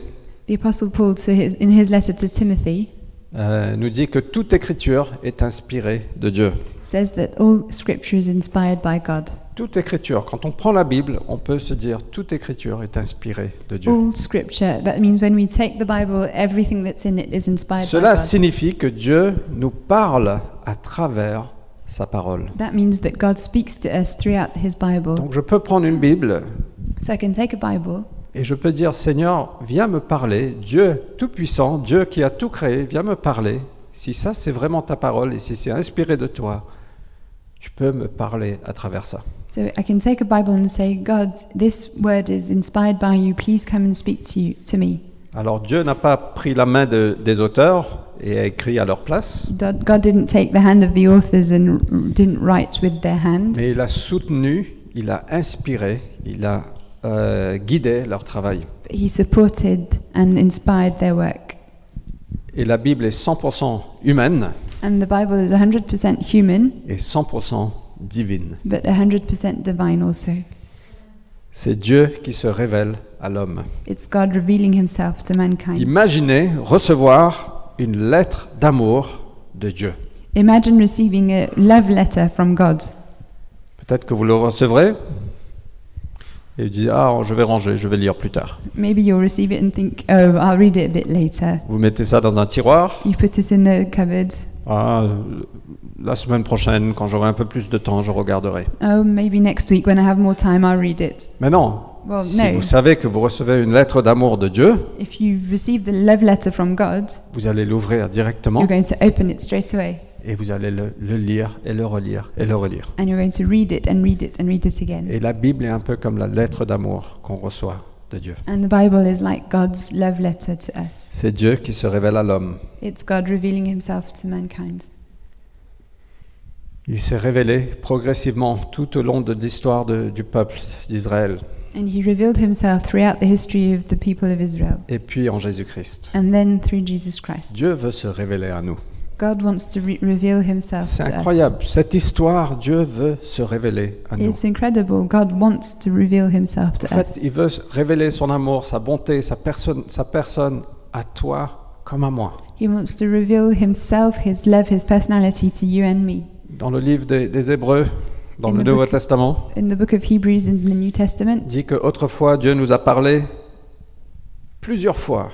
[SPEAKER 2] The Apostle Paul, to his, in his letter to Timothy,
[SPEAKER 1] euh, nous dit que toute écriture est inspirée de Dieu.
[SPEAKER 2] says that all scripture is inspired by God.
[SPEAKER 1] Toute écriture, quand on prend la Bible, on peut se dire toute écriture est inspirée de Dieu.
[SPEAKER 2] All scripture. That means when we take the Bible, everything that's in it is inspired by
[SPEAKER 1] Cela
[SPEAKER 2] God.
[SPEAKER 1] signifie que Dieu nous parle à travers sa parole.
[SPEAKER 2] That means that God speaks to us throughout his Bible.
[SPEAKER 1] Donc je peux prendre une Bible
[SPEAKER 2] So I can take a Bible
[SPEAKER 1] et je peux dire Seigneur, viens me parler, Dieu tout-puissant, Dieu qui a tout créé, viens me parler. Si ça c'est vraiment ta parole et si c'est inspiré de toi, tu peux me parler à travers ça.
[SPEAKER 2] So I can take a Bible and say, God, this word is inspired by you. Please come and speak to you to me.
[SPEAKER 1] Alors Dieu n'a pas pris la main de- des auteurs et a écrit à leur place,
[SPEAKER 2] God God didn't take the hand of the authors and didn't write with their hand,
[SPEAKER 1] mais il a soutenu, il a inspiré, il a euh, guidé leur travail.
[SPEAKER 2] but He supported and inspired their work.
[SPEAKER 1] Et la Bible est 100% humaine
[SPEAKER 2] And the Bible is 100% human,
[SPEAKER 1] et 100% divine.
[SPEAKER 2] but 100% divine also.
[SPEAKER 1] C'est Dieu qui se révèle à l'homme.
[SPEAKER 2] It's God revealing Himself to mankind.
[SPEAKER 1] Imaginez recevoir une lettre d'amour de Dieu.
[SPEAKER 2] Imagine receiving a love letter from God.
[SPEAKER 1] Peut-être que vous le recevrez et vous dites Ah, je vais ranger, je vais lire plus tard.
[SPEAKER 2] Maybe you'll receive it and think, oh, I'll read it a bit later.
[SPEAKER 1] Vous mettez ça dans un tiroir.
[SPEAKER 2] You put it in the cupboard.
[SPEAKER 1] Ah, euh, la semaine prochaine, quand j'aurai un peu plus de temps, je regarderai.
[SPEAKER 2] Oh, maybe next week when I have more time, I'll read it.
[SPEAKER 1] Mais non,
[SPEAKER 2] Well,
[SPEAKER 1] si
[SPEAKER 2] no.
[SPEAKER 1] vous savez que vous recevez une lettre d'amour de Dieu,
[SPEAKER 2] If you've received a love letter from God,
[SPEAKER 1] vous allez l'ouvrir directement
[SPEAKER 2] you're going to open it straight away
[SPEAKER 1] et vous allez le, le lire et le relire et le relire.
[SPEAKER 2] and you're going to read it and read it and read it again.
[SPEAKER 1] Et la Bible est un peu comme la lettre d'amour qu'on reçoit de Dieu.
[SPEAKER 2] And the Bible is like God's love letter to us.
[SPEAKER 1] C'est Dieu qui se révèle à l'homme.
[SPEAKER 2] It's God revealing himself to mankind.
[SPEAKER 1] Il s'est révélé progressivement tout au long de l'histoire de- du peuple d'Israël
[SPEAKER 2] And he revealed himself throughout the history of the people of Israel
[SPEAKER 1] et puis en Jésus-Christ.
[SPEAKER 2] and then through Jesus Christ.
[SPEAKER 1] Dieu veut se révéler à nous.
[SPEAKER 2] God wants to re- reveal himself
[SPEAKER 1] C'est
[SPEAKER 2] to us.
[SPEAKER 1] incroyable. Cette histoire, Dieu veut se révéler à nous.
[SPEAKER 2] It's incredible. God wants to reveal himself
[SPEAKER 1] En
[SPEAKER 2] to
[SPEAKER 1] fait,
[SPEAKER 2] us.
[SPEAKER 1] il veut se révéler son amour, sa bonté, sa personne, sa personne à toi comme à moi.
[SPEAKER 2] He wants to reveal himself, his love, his personality to you and me.
[SPEAKER 1] Dans le livre des, des Hébreux, dans
[SPEAKER 2] In
[SPEAKER 1] le
[SPEAKER 2] the
[SPEAKER 1] Nouveau
[SPEAKER 2] book-
[SPEAKER 1] Testament,
[SPEAKER 2] In the book of Hebrews in the New Testament,
[SPEAKER 1] dit que autrefois Dieu nous a parlé plusieurs fois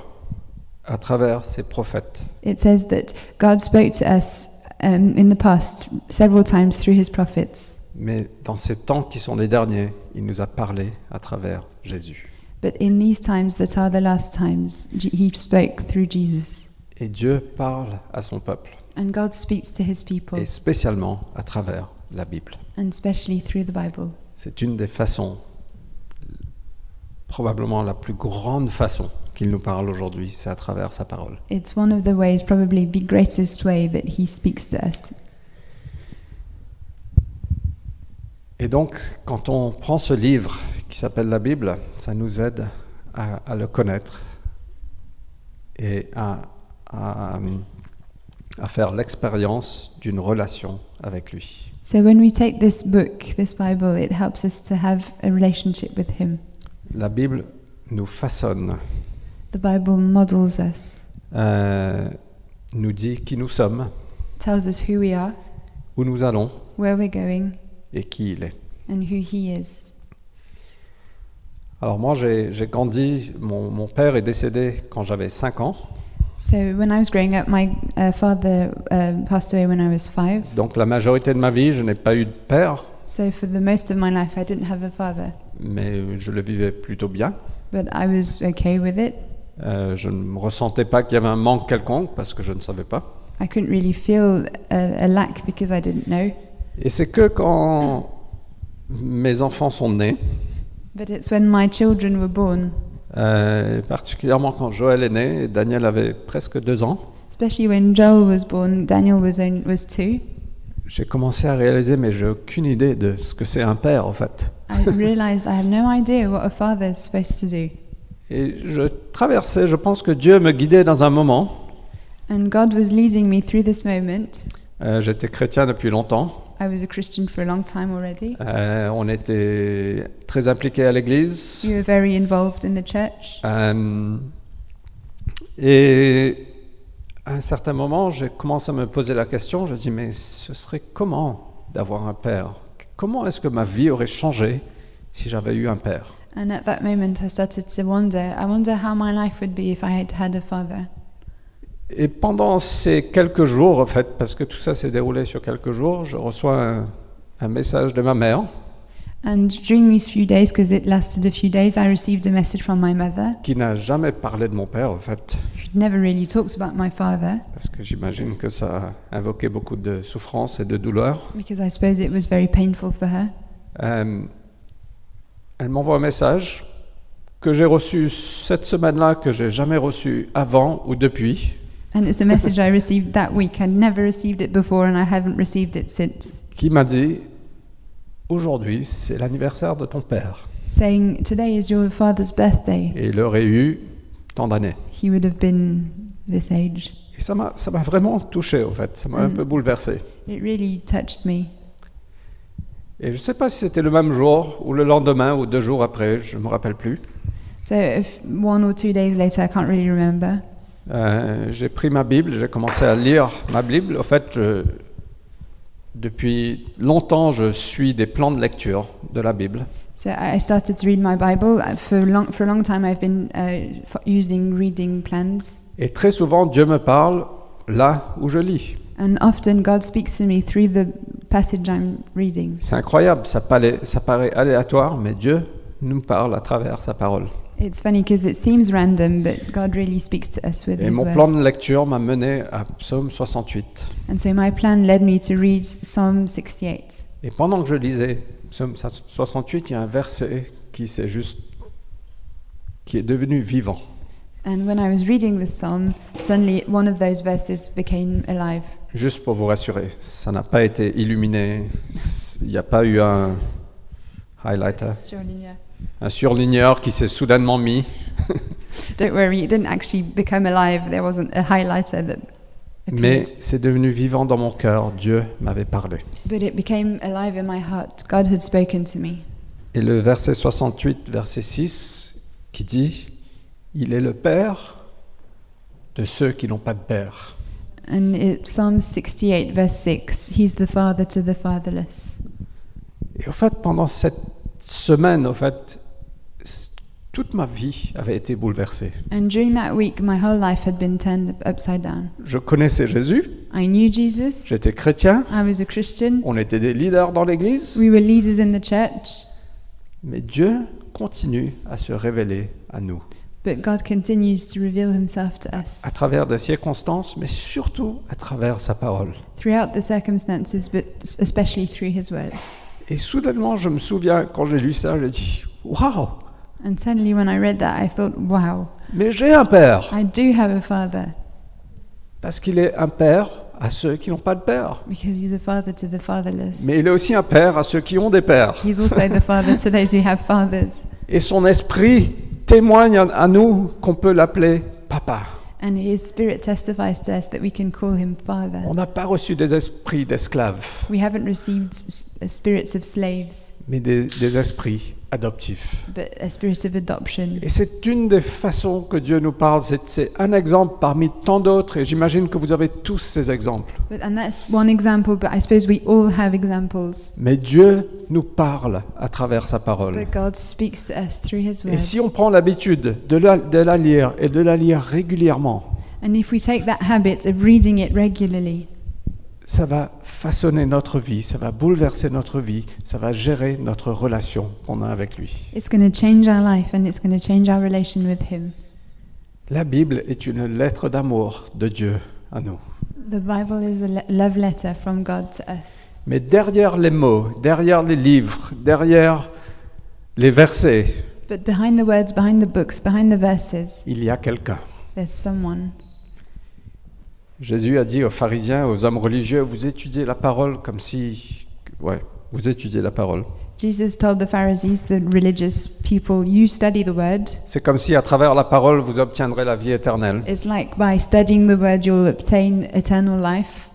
[SPEAKER 1] à travers ses prophètes.
[SPEAKER 2] it says that God spoke to us um, in the past several times through his prophets.
[SPEAKER 1] Mais dans ces temps qui sont les derniers, il nous a parlé à travers Jésus.
[SPEAKER 2] But in these times that are the last times, Je- he spoke through Jesus.
[SPEAKER 1] Et Dieu parle à son peuple,
[SPEAKER 2] And God speaks to his people,
[SPEAKER 1] et spécialement à travers la Bible.
[SPEAKER 2] and especially through the Bible.
[SPEAKER 1] C'est une des façons, probablement la plus grande façon qu'il nous parle aujourd'hui, c'est à travers sa parole.
[SPEAKER 2] It's one of the ways, probably the greatest way, that he speaks to us.
[SPEAKER 1] Et donc, quand on prend ce livre qui s'appelle la Bible, ça nous aide à, à le connaître et à, à- à faire l'expérience d'une relation avec lui.
[SPEAKER 2] So when we take this book, this Bible, it helps us to have a relationship with him.
[SPEAKER 1] La Bible nous façonne,
[SPEAKER 2] The Bible models us,
[SPEAKER 1] euh, nous dit qui nous sommes,
[SPEAKER 2] tells us who we are,
[SPEAKER 1] où nous allons
[SPEAKER 2] where we're going,
[SPEAKER 1] et qui il est.
[SPEAKER 2] and who he is.
[SPEAKER 1] Alors moi, j'ai j'ai grandi, mon, mon père est décédé quand j'avais 5 ans,
[SPEAKER 2] So when I was growing up, my uh, father um, passed away when I was five.
[SPEAKER 1] donc la majorité de ma vie, je n'ai pas eu de père,
[SPEAKER 2] So for the most of my life, I didn't have a father,
[SPEAKER 1] mais je le vivais plutôt bien.
[SPEAKER 2] but I was okay with it.
[SPEAKER 1] Euh, je ne me ressentais pas qu'il y avait un manque quelconque parce que je ne savais pas.
[SPEAKER 2] I couldn't really feel a, a lack because I didn't know.
[SPEAKER 1] Et c'est que quand mes enfants sont nés,
[SPEAKER 2] But it's when my children were born,
[SPEAKER 1] euh, particulièrement quand Joël est né, et Daniel avait presque deux ans,
[SPEAKER 2] especially when Joel was born. Daniel was only, was two.
[SPEAKER 1] j'ai commencé à réaliser, mais j'ai aucune idée de ce que c'est un père en fait.
[SPEAKER 2] I realized I had no idea what a father is supposed to do.
[SPEAKER 1] Et je traversais, je pense que Dieu me guidait dans un moment.
[SPEAKER 2] And God was leading me through this moment.
[SPEAKER 1] Euh, J'étais chrétien depuis longtemps.
[SPEAKER 2] I was a Christian for a long time already.
[SPEAKER 1] Euh, on était très impliqués à l'église.
[SPEAKER 2] You were very involved in the church.
[SPEAKER 1] Euh, et à un certain moment, j'ai commencé à me poser la question, je dis, mais ce serait comment d'avoir un père Comment est-ce que ma vie aurait changé si j'avais eu un père
[SPEAKER 2] And at that moment, I started to wonder I wonder how my life would be if I had had a father.
[SPEAKER 1] Et pendant ces quelques jours, en fait, parce que tout ça s'est déroulé sur quelques jours, je reçois un, un message de ma mère
[SPEAKER 2] And during these few days, because it lasted a few days, I received a message from my mother.
[SPEAKER 1] qui n'a jamais parlé de mon père, en fait,
[SPEAKER 2] She'd never really talked about my father
[SPEAKER 1] parce que j'imagine que ça a invoqué beaucoup de souffrances et de douleurs.
[SPEAKER 2] because I suppose it was very painful for her.
[SPEAKER 1] Euh, elle m'envoie un message que j'ai reçu cette semaine-là que j'ai jamais reçu avant ou depuis,
[SPEAKER 2] And it's a message I received that week. I never received it before and I haven't received it since.
[SPEAKER 1] qui m'a dit aujourd'hui c'est l'anniversaire de ton père.
[SPEAKER 2] Saying, Today is your father's birthday.
[SPEAKER 1] Et il aurait eu tant d'années.
[SPEAKER 2] He would have been this age.
[SPEAKER 1] Et ça m'a ça m'a vraiment touché en fait, ça m'a un
[SPEAKER 2] Mm.
[SPEAKER 1] peu bouleversé.
[SPEAKER 2] It really touched me.
[SPEAKER 1] Et je ne sais pas si c'était le même jour ou le lendemain ou deux jours après, je ne me rappelle plus.
[SPEAKER 2] So, if one or two days later, I can't really remember.
[SPEAKER 1] Euh, j'ai pris ma Bible, j'ai commencé à lire ma Bible. Au fait, je- depuis longtemps, je suis des plans de lecture de la Bible.
[SPEAKER 2] So, I I started to read my Bible. Uh, For, long, for a long time, I've been uh, f- using reading plans.
[SPEAKER 1] Et très souvent, Dieu me parle là où je lis.
[SPEAKER 2] And often, God speaks to me through the passage I'm reading.
[SPEAKER 1] C'est incroyable, ça paraît, ça paraît aléatoire, mais Dieu nous parle à travers sa parole.
[SPEAKER 2] It's funny because it seems random, but God really speaks to us with
[SPEAKER 1] Et
[SPEAKER 2] His
[SPEAKER 1] mon
[SPEAKER 2] words.
[SPEAKER 1] plan de lecture m'a mené à Psaume 68.
[SPEAKER 2] And so my plan led me to read Psalm 68.
[SPEAKER 1] Et pendant que je lisais Psaume 68, il y a un verset qui s'est juste qui est devenu vivant.
[SPEAKER 2] And when I was reading this psalm, suddenly one of those verses became alive.
[SPEAKER 1] Juste pour vous rassurer, ça n'a pas été illuminé, il n'y a pas eu un highlighter, un surligneur qui s'est soudainement mis.
[SPEAKER 2] Don't worry, it didn't actually become alive. There wasn't a highlighter that
[SPEAKER 1] Mais
[SPEAKER 2] appeared.
[SPEAKER 1] c'est devenu vivant dans mon cœur, Dieu m'avait parlé.
[SPEAKER 2] But it became alive in my heart. God had spoken to me.
[SPEAKER 1] Et le verset 68, verset 6, qui dit Il est le Père de ceux qui n'ont pas de Père.
[SPEAKER 2] And it, Psalm 68, verse 6 He's the father to the fatherless.
[SPEAKER 1] Et au fait, pendant cette semaine, au fait, s- toute ma vie avait été bouleversée.
[SPEAKER 2] And during that week, my whole life had been turned upside down.
[SPEAKER 1] Je connaissais Jésus,
[SPEAKER 2] I knew Jesus,
[SPEAKER 1] j'étais chrétien,
[SPEAKER 2] I was a Christian,
[SPEAKER 1] on était des leaders dans l'Église,
[SPEAKER 2] we were leaders in the church.
[SPEAKER 1] mais Dieu continue à se révéler à nous,
[SPEAKER 2] But God continues to reveal himself to us
[SPEAKER 1] à travers des circonstances, mais surtout à travers sa parole.
[SPEAKER 2] throughout the circumstances, but especially through his words.
[SPEAKER 1] Et soudainement, je me souviens, quand j'ai lu ça, j'ai dit Waouh,
[SPEAKER 2] And suddenly, when I read that, I thought, wow,
[SPEAKER 1] mais j'ai un Père
[SPEAKER 2] I do have a father
[SPEAKER 1] Parce qu'il est un Père à ceux qui n'ont pas de Père.
[SPEAKER 2] because he's a father to the fatherless.
[SPEAKER 1] Mais il est aussi un Père à ceux qui ont des Pères.
[SPEAKER 2] He's also the father to those who have fathers.
[SPEAKER 1] Et son esprit témoigne à- à nous qu'on peut l'appeler papa.
[SPEAKER 2] And his spirit testifies to us that we can call him father.
[SPEAKER 1] On n'a pas reçu des esprits d'esclaves,
[SPEAKER 2] We haven't received s- uh, spirits of slaves,
[SPEAKER 1] mais des, des esprits adoptifs.
[SPEAKER 2] but a spirit of adoption.
[SPEAKER 1] Et c'est une des façons que Dieu nous parle. C'est- C'est un exemple parmi tant d'autres, et j'imagine que vous avez tous ces exemples.
[SPEAKER 2] But, and that's one example, but I suppose we all have examples.
[SPEAKER 1] Mais Dieu nous parle à travers sa parole.
[SPEAKER 2] But God speaks to us through his
[SPEAKER 1] Et
[SPEAKER 2] words.
[SPEAKER 1] si on prend l'habitude de la- de la lire et de la lire régulièrement,
[SPEAKER 2] And if we take that habit of reading it regularly,
[SPEAKER 1] ça va façonner notre vie, ça va bouleverser notre vie, ça va gérer notre relation qu'on a avec lui.
[SPEAKER 2] it's going to change our life and it's going to change our relation with Him.
[SPEAKER 1] La Bible est une lettre d'amour de Dieu à nous.
[SPEAKER 2] The Bible is a le- love letter from God to us.
[SPEAKER 1] Mais derrière les mots, derrière les livres, derrière les versets,
[SPEAKER 2] But behind the words, behind the books, behind the verses,
[SPEAKER 1] il y a quelqu'un.
[SPEAKER 2] there's someone.
[SPEAKER 1] Jésus a dit aux pharisiens, aux hommes religieux, vous étudiez la parole comme si... Ouais, vous étudiez la parole.
[SPEAKER 2] Jesus told the Pharisees, the religious people, You study the word.
[SPEAKER 1] C'est comme si à travers la parole, vous obtiendrez la vie éternelle.
[SPEAKER 2] It's like by studying the word, you'll obtain eternal life.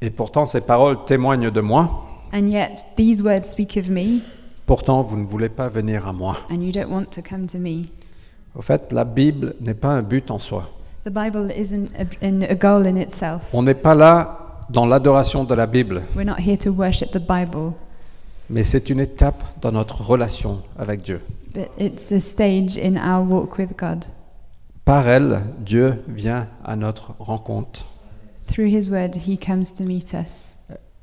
[SPEAKER 1] Et pourtant, ces paroles témoignent de moi.
[SPEAKER 2] And yet, these words speak of me,
[SPEAKER 1] Pourtant, vous ne voulez pas venir à moi.
[SPEAKER 2] and you don't want to come to me.
[SPEAKER 1] Au fait, la Bible n'est pas un but en soi.
[SPEAKER 2] The Bible isn't a, in a goal in itself.
[SPEAKER 1] On n'est pas là dans l'adoration de la Bible,
[SPEAKER 2] We're not here to worship the Bible,
[SPEAKER 1] mais c'est une étape dans notre relation avec Dieu.
[SPEAKER 2] but it's a stage in our walk with God.
[SPEAKER 1] Par elle, Dieu vient à notre rencontre.
[SPEAKER 2] Through His Word, He comes to meet us.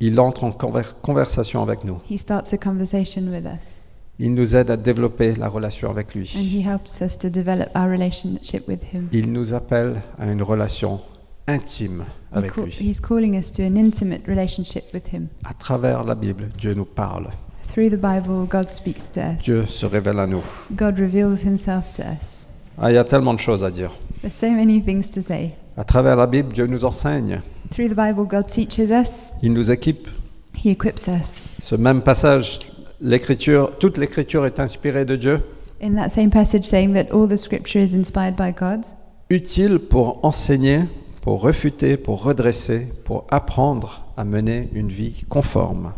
[SPEAKER 1] Il entre en conver- conversation avec nous.
[SPEAKER 2] He starts a conversation with us,
[SPEAKER 1] Il nous aide à développer la relation avec
[SPEAKER 2] and
[SPEAKER 1] lui.
[SPEAKER 2] He helps us to develop our relationship with Him. He
[SPEAKER 1] Il nous appelle à une relation intime avec
[SPEAKER 2] call-
[SPEAKER 1] lui.
[SPEAKER 2] he's calling us to an intimate relationship with Him.
[SPEAKER 1] À travers la Bible, Dieu nous parle.
[SPEAKER 2] Through the Bible, God speaks to us.
[SPEAKER 1] Dieu se révèle à nous.
[SPEAKER 2] God reveals himself to us.
[SPEAKER 1] Ah, il y a tellement de choses à dire.
[SPEAKER 2] There's so many things to say.
[SPEAKER 1] À travers la Bible, Dieu nous enseigne,
[SPEAKER 2] Through the Bible, God teaches us.
[SPEAKER 1] il nous équipe.
[SPEAKER 2] He equips us.
[SPEAKER 1] Ce même passage, l'écriture, toute l'écriture est inspirée de Dieu,
[SPEAKER 2] In that same passage, saying that all the scripture is inspired by God,
[SPEAKER 1] utile pour enseigner, pour refuter, pour redresser, pour apprendre à mener une vie conforme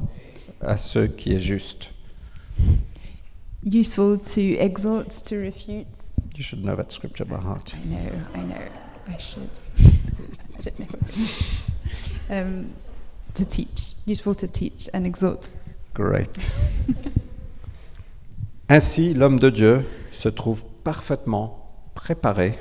[SPEAKER 1] à ce qui est juste.
[SPEAKER 2] useful to exhort, to refute.
[SPEAKER 1] You should know that scripture by heart.
[SPEAKER 2] I know, I know, I should. I don't know. um, to teach, useful to teach and exhort.
[SPEAKER 1] Great. Ainsi, l'homme de Dieu se trouve parfaitement préparé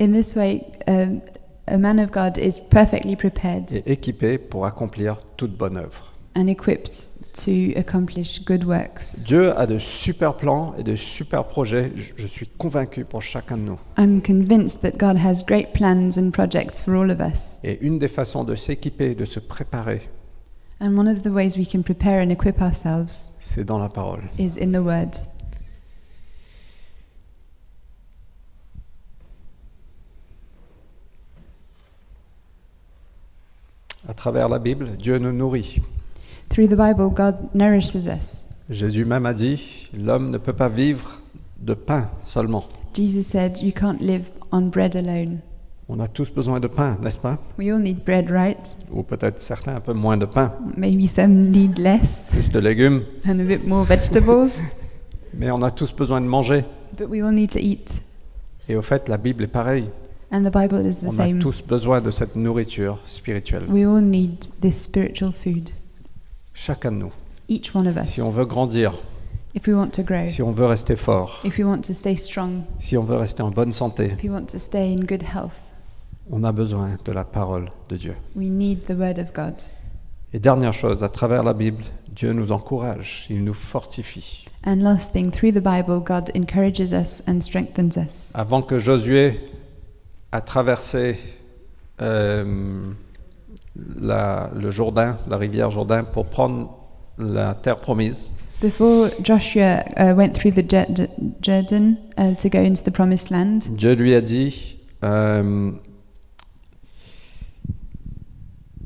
[SPEAKER 2] In this way, um, a man of God is perfectly prepared
[SPEAKER 1] et équipé pour accomplir toute bonne œuvre.
[SPEAKER 2] and equipped to accomplish good works.
[SPEAKER 1] Dieu a de super plans et de super projets, je je suis convaincu pour chacun de nous.
[SPEAKER 2] I'm convinced that God has great plans and projects for all of us.
[SPEAKER 1] Et une des façons de s'équiper, de se préparer,
[SPEAKER 2] And one of the ways we can prepare and equip ourselves
[SPEAKER 1] c'est dans la parole.
[SPEAKER 2] is in the Word.
[SPEAKER 1] À travers la Bible, Dieu nous nourrit.
[SPEAKER 2] Through the Bible, God nourishes us.
[SPEAKER 1] Jésus même a dit, l'homme ne peut pas vivre de pain seulement.
[SPEAKER 2] Jesus said, You can't live on bread alone.
[SPEAKER 1] On a tous besoin de pain, n'est-ce pas
[SPEAKER 2] We all need bread, right?
[SPEAKER 1] Ou peut-être certains un peu moins de pain,
[SPEAKER 2] Maybe some need less
[SPEAKER 1] plus de légumes,
[SPEAKER 2] and a bit more vegetables,
[SPEAKER 1] mais on a tous besoin de manger.
[SPEAKER 2] but we all need to eat.
[SPEAKER 1] Et au fait, la Bible est pareille.
[SPEAKER 2] And the Bible is the
[SPEAKER 1] On a
[SPEAKER 2] same.
[SPEAKER 1] tous besoin de cette nourriture spirituelle,
[SPEAKER 2] We all need this spiritual food,
[SPEAKER 1] chacun de nous.
[SPEAKER 2] each one of us.
[SPEAKER 1] Si on veut grandir,
[SPEAKER 2] If we want to grow,
[SPEAKER 1] si on veut rester fort,
[SPEAKER 2] if we want to stay strong,
[SPEAKER 1] si on veut rester en bonne santé,
[SPEAKER 2] if we want to stay in good health,
[SPEAKER 1] on a besoin de la parole de Dieu.
[SPEAKER 2] we need the Word of God.
[SPEAKER 1] Et dernière chose, à travers la Bible, Dieu nous encourage, il nous fortifie.
[SPEAKER 2] And last thing, through the Bible, God encourages us and strengthens us.
[SPEAKER 1] Avant que Josué a traversé euh, la- le Jourdain, la rivière Jourdain, pour prendre la terre promise,
[SPEAKER 2] Before Joshua uh, went through the Jor- Jordan uh, to go into the Promised Land,
[SPEAKER 1] Dieu lui a dit euh,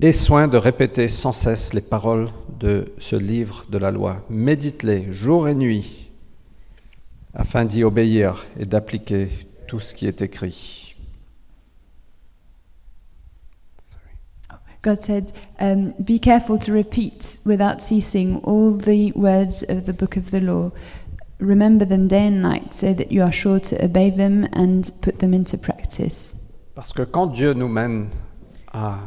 [SPEAKER 1] Aie soin de répéter sans cesse les paroles de ce livre de la loi. Médite-les jour et nuit, afin d'y obéir et d'appliquer tout ce qui est écrit.
[SPEAKER 2] God said, um, Be careful to repeat without ceasing all the words of the book of the law. Remember them day and night so that you are sure to obey them and put them into practice.
[SPEAKER 1] Parce que quand Dieu nous mène à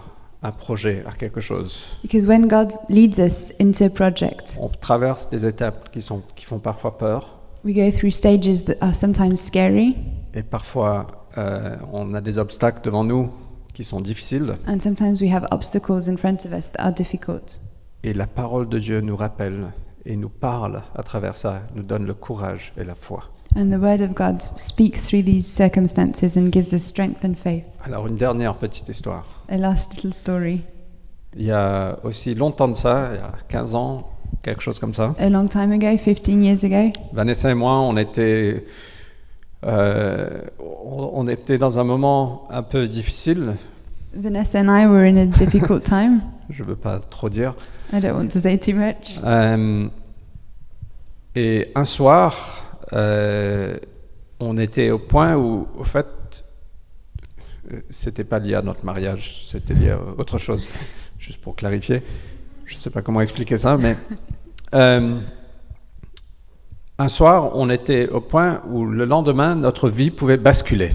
[SPEAKER 1] un projet, à quelque chose,
[SPEAKER 2] Because when God leads us into a project,
[SPEAKER 1] on traverse des étapes qui, sont, qui font parfois peur,
[SPEAKER 2] we go through stages that are sometimes scary
[SPEAKER 1] et parfois euh, on a des obstacles devant nous qui sont difficiles.
[SPEAKER 2] and sometimes we have obstacles in front of us that are difficult.
[SPEAKER 1] Et la parole de Dieu nous rappelle et nous parle à travers ça, nous donne le courage et la foi.
[SPEAKER 2] And the Word of God speaks through these circumstances and gives us strength and faith.
[SPEAKER 1] Alors une dernière petite histoire.
[SPEAKER 2] A last little story.
[SPEAKER 1] Il y a aussi longtemps de ça, il y a 15 ans, quelque chose comme ça,
[SPEAKER 2] A long time ago, 15 years ago,
[SPEAKER 1] Vanessa et moi, on était, euh, on on était dans un moment un peu difficile,
[SPEAKER 2] Vanessa and I were in a difficult time.
[SPEAKER 1] je ne veux pas trop dire.
[SPEAKER 2] I don't want to say too much.
[SPEAKER 1] Euh, et un soir, euh, on était au point où, au fait, euh, c'était pas lié à notre mariage, c'était lié à autre chose, juste pour clarifier. Je sais pas comment expliquer ça, mais euh, un soir, on était au point où le lendemain, notre vie pouvait basculer.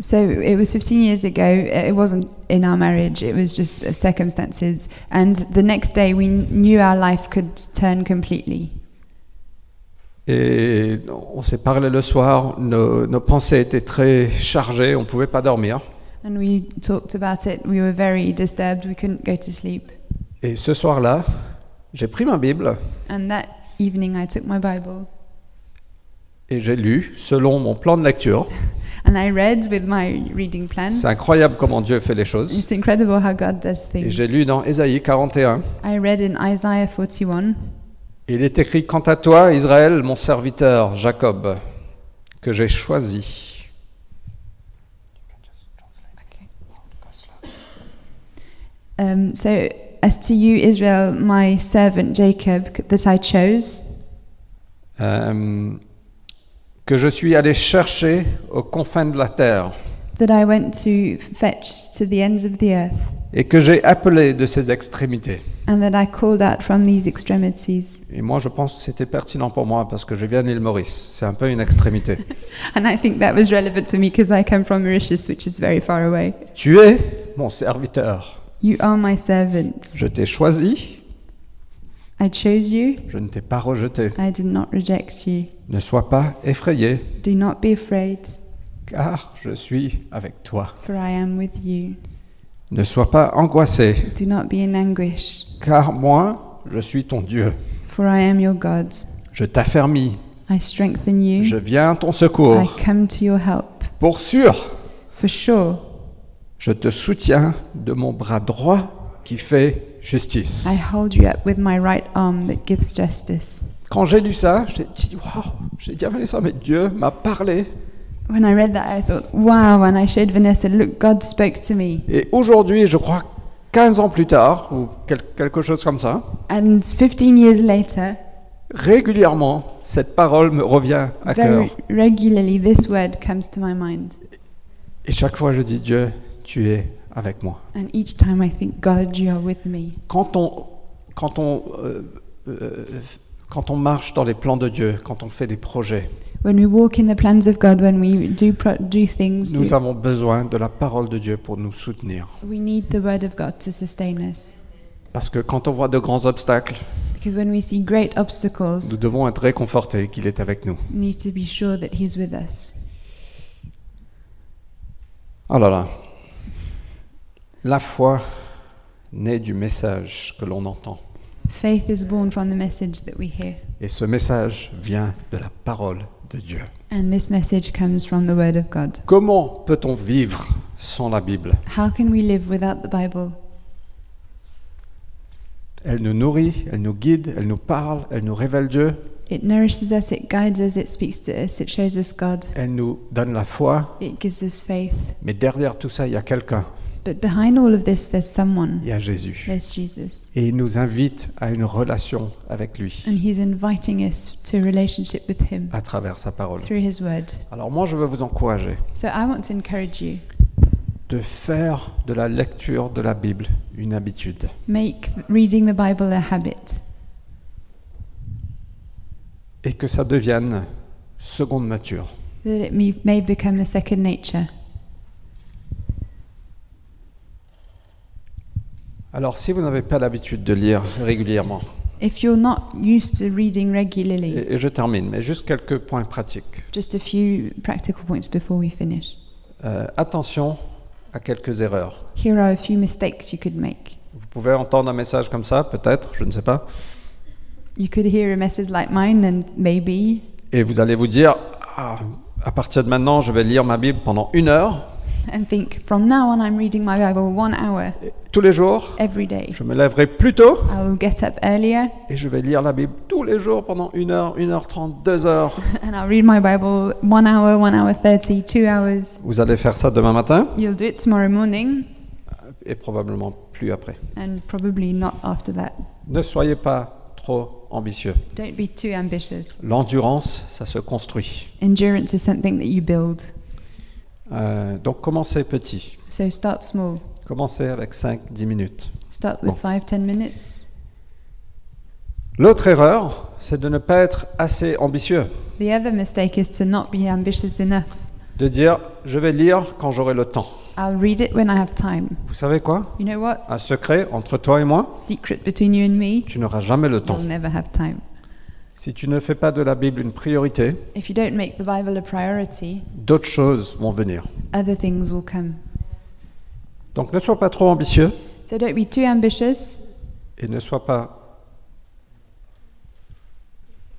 [SPEAKER 2] So it was 15 years ago. Uh, It wasn't in our marriage, it was just uh, circumstances. And the next day, we knew our life could turn completely.
[SPEAKER 1] Et on s'est parlé le soir, nos, nos pensées étaient très chargées, on pouvait pas dormir.
[SPEAKER 2] And we talked about it. We were very disturbed. We couldn't go to sleep.
[SPEAKER 1] Et ce soir-là, j'ai pris ma Bible.
[SPEAKER 2] And that evening, I took my Bible
[SPEAKER 1] Et j'ai lu selon mon plan de lecture.
[SPEAKER 2] and I read with my reading plan.
[SPEAKER 1] C'est incroyable comment Dieu fait les choses.
[SPEAKER 2] It's incredible how God does
[SPEAKER 1] Et
[SPEAKER 2] things.
[SPEAKER 1] j'ai lu dans Ésaïe 41,
[SPEAKER 2] I read in Isaiah 41,
[SPEAKER 1] Il est écrit Quant à toi, Israël, mon serviteur, Jacob, que j'ai choisi.
[SPEAKER 2] Um, so, as to you, Israel, my servant Jacob, that I chose,
[SPEAKER 1] euh, que je suis allé chercher aux confins de la terre
[SPEAKER 2] that I went to fetch to the ends of the earth,
[SPEAKER 1] et que j'ai appelé de ses extrémités.
[SPEAKER 2] and that I called out from these extremities.
[SPEAKER 1] Et moi, je pense que c'était pertinent pour moi parce que je viens de l'île Maurice. C'est un peu une extrémité.
[SPEAKER 2] And I think that was relevant for me because I come from Mauritius, which is very far away.
[SPEAKER 1] tu es mon serviteur.
[SPEAKER 2] You are my servant.
[SPEAKER 1] Je t'ai choisi.
[SPEAKER 2] I chose you.
[SPEAKER 1] Je ne t'ai pas rejeté.
[SPEAKER 2] I did not reject you.
[SPEAKER 1] Ne sois pas effrayé,
[SPEAKER 2] Do not be afraid,
[SPEAKER 1] car je suis avec toi.
[SPEAKER 2] for I am with you.
[SPEAKER 1] Ne sois pas angoissé,
[SPEAKER 2] Do not be in anguish,
[SPEAKER 1] car moi, je suis ton Dieu.
[SPEAKER 2] for I am your God.
[SPEAKER 1] Je t'affermis.
[SPEAKER 2] I strengthen you.
[SPEAKER 1] Je viens à ton
[SPEAKER 2] I
[SPEAKER 1] secours.
[SPEAKER 2] come to your help.
[SPEAKER 1] Pour sûr,
[SPEAKER 2] For sure,
[SPEAKER 1] je te soutiens de mon bras droit qui fait justice.
[SPEAKER 2] I hold you up with my right arm that gives justice.
[SPEAKER 1] Quand j'ai lu ça, j'ai dit waouh, j'ai dit à Vanessa, mais Dieu m'a parlé.
[SPEAKER 2] When I read that, I thought, wow. And I showed Vanessa, look, God spoke to me.
[SPEAKER 1] Et aujourd'hui, je crois 15 ans plus tard, ou quel- quelque chose comme ça,
[SPEAKER 2] And 15 years later,
[SPEAKER 1] régulièrement, cette parole me revient à
[SPEAKER 2] very
[SPEAKER 1] cœur.
[SPEAKER 2] regularly, this word comes to my mind.
[SPEAKER 1] Et chaque fois, je dis Dieu, tu es avec moi.
[SPEAKER 2] And each time I think, God, you are with me.
[SPEAKER 1] Quand on, quand on, euh, euh, quand on marche dans les plans de Dieu, quand on fait des projets,
[SPEAKER 2] When we walk in the plans of God, when we do, pro- do things,
[SPEAKER 1] nous avons besoin de la parole de Dieu pour nous soutenir.
[SPEAKER 2] we need the word of God to sustain us.
[SPEAKER 1] Parce que quand on voit de grands obstacles,
[SPEAKER 2] Because when we see great obstacles,
[SPEAKER 1] nous devons être réconfortés qu'il est avec nous.
[SPEAKER 2] we need to be sure that He's with us.
[SPEAKER 1] Oh là là. La foi naît du message que l'on entend.
[SPEAKER 2] Faith is born from the message that we hear.
[SPEAKER 1] Et ce message vient de la parole de Dieu.
[SPEAKER 2] And this message comes from the word of God.
[SPEAKER 1] Comment peut-on vivre sans la Bible
[SPEAKER 2] How can we live without the Bible?
[SPEAKER 1] Elle nous nourrit, elle nous guide, elle nous parle, elle nous révèle Dieu,
[SPEAKER 2] It nourishes us, it guides us, it speaks to us, it shows us God,
[SPEAKER 1] elle nous donne la foi.
[SPEAKER 2] it gives us faith.
[SPEAKER 1] Mais derrière tout ça, il y a quelqu'un,
[SPEAKER 2] But behind all of this, there's someone.
[SPEAKER 1] il y a Jésus.
[SPEAKER 2] There's Jesus.
[SPEAKER 1] Et il nous invite à une relation avec lui
[SPEAKER 2] And He's inviting us to a relationship with Him
[SPEAKER 1] à travers sa parole.
[SPEAKER 2] through His word.
[SPEAKER 1] Alors moi, je veux vous encourager
[SPEAKER 2] So I want to encourage you
[SPEAKER 1] de faire de la lecture de la Bible une habitude.
[SPEAKER 2] make reading the Bible a habit
[SPEAKER 1] et que ça devienne seconde nature.
[SPEAKER 2] that it may, may become a second nature.
[SPEAKER 1] Alors si vous n'avez pas l'habitude de lire régulièrement,
[SPEAKER 2] If you're not used to reading regularly,
[SPEAKER 1] et, et je termine, mais juste quelques points pratiques.
[SPEAKER 2] just a few practical points before we finish.
[SPEAKER 1] Euh, attention à quelques erreurs.
[SPEAKER 2] Here are a few mistakes you could make.
[SPEAKER 1] Vous pouvez entendre un message comme ça, peut-être, je ne sais pas,
[SPEAKER 2] You could hear a message like mine and maybe
[SPEAKER 1] et vous allez vous dire, Ah, à partir de maintenant, je vais lire ma Bible pendant une heure,
[SPEAKER 2] and think from now on I'm reading my Bible 1 hour
[SPEAKER 1] tous les jours,
[SPEAKER 2] every day.
[SPEAKER 1] je me lèverai plus tôt,
[SPEAKER 2] I will get up earlier
[SPEAKER 1] et je vais lire la Bible tous les jours pendant une heure, une heure trente, deux heures.
[SPEAKER 2] and I'll read my Bible 1 hour, 1 hour 30, 2 hours.
[SPEAKER 1] Vous allez faire ça demain matin,
[SPEAKER 2] You'll do it tomorrow morning
[SPEAKER 1] et probablement plus après.
[SPEAKER 2] and probably not after that.
[SPEAKER 1] Ne soyez pas trop ambitieux.
[SPEAKER 2] Don't be too ambitious.
[SPEAKER 1] L'endurance, ça se construit.
[SPEAKER 2] Endurance is something that you build.
[SPEAKER 1] Euh, donc commencez petit.
[SPEAKER 2] So start small.
[SPEAKER 1] Commencez avec 5-10 minutes.
[SPEAKER 2] Start with
[SPEAKER 1] Bon.
[SPEAKER 2] five, ten minutes.
[SPEAKER 1] L'autre erreur, c'est de ne pas être assez ambitieux.
[SPEAKER 2] The other mistake is to not be ambitious enough.
[SPEAKER 1] De dire, je vais lire quand j'aurai le temps.
[SPEAKER 2] I'll read it when I have time.
[SPEAKER 1] Vous savez quoi
[SPEAKER 2] You know what?
[SPEAKER 1] Un secret entre toi et moi,
[SPEAKER 2] Secret between you and me,
[SPEAKER 1] tu n'auras jamais le temps.
[SPEAKER 2] you'll never have time.
[SPEAKER 1] Si tu ne fais pas de la Bible une priorité,
[SPEAKER 2] If you don't make the Bible a priority,
[SPEAKER 1] d'autres choses vont venir.
[SPEAKER 2] other things will come.
[SPEAKER 1] Donc ne sois pas trop ambitieux
[SPEAKER 2] So don't be too ambitious
[SPEAKER 1] et ne sois pas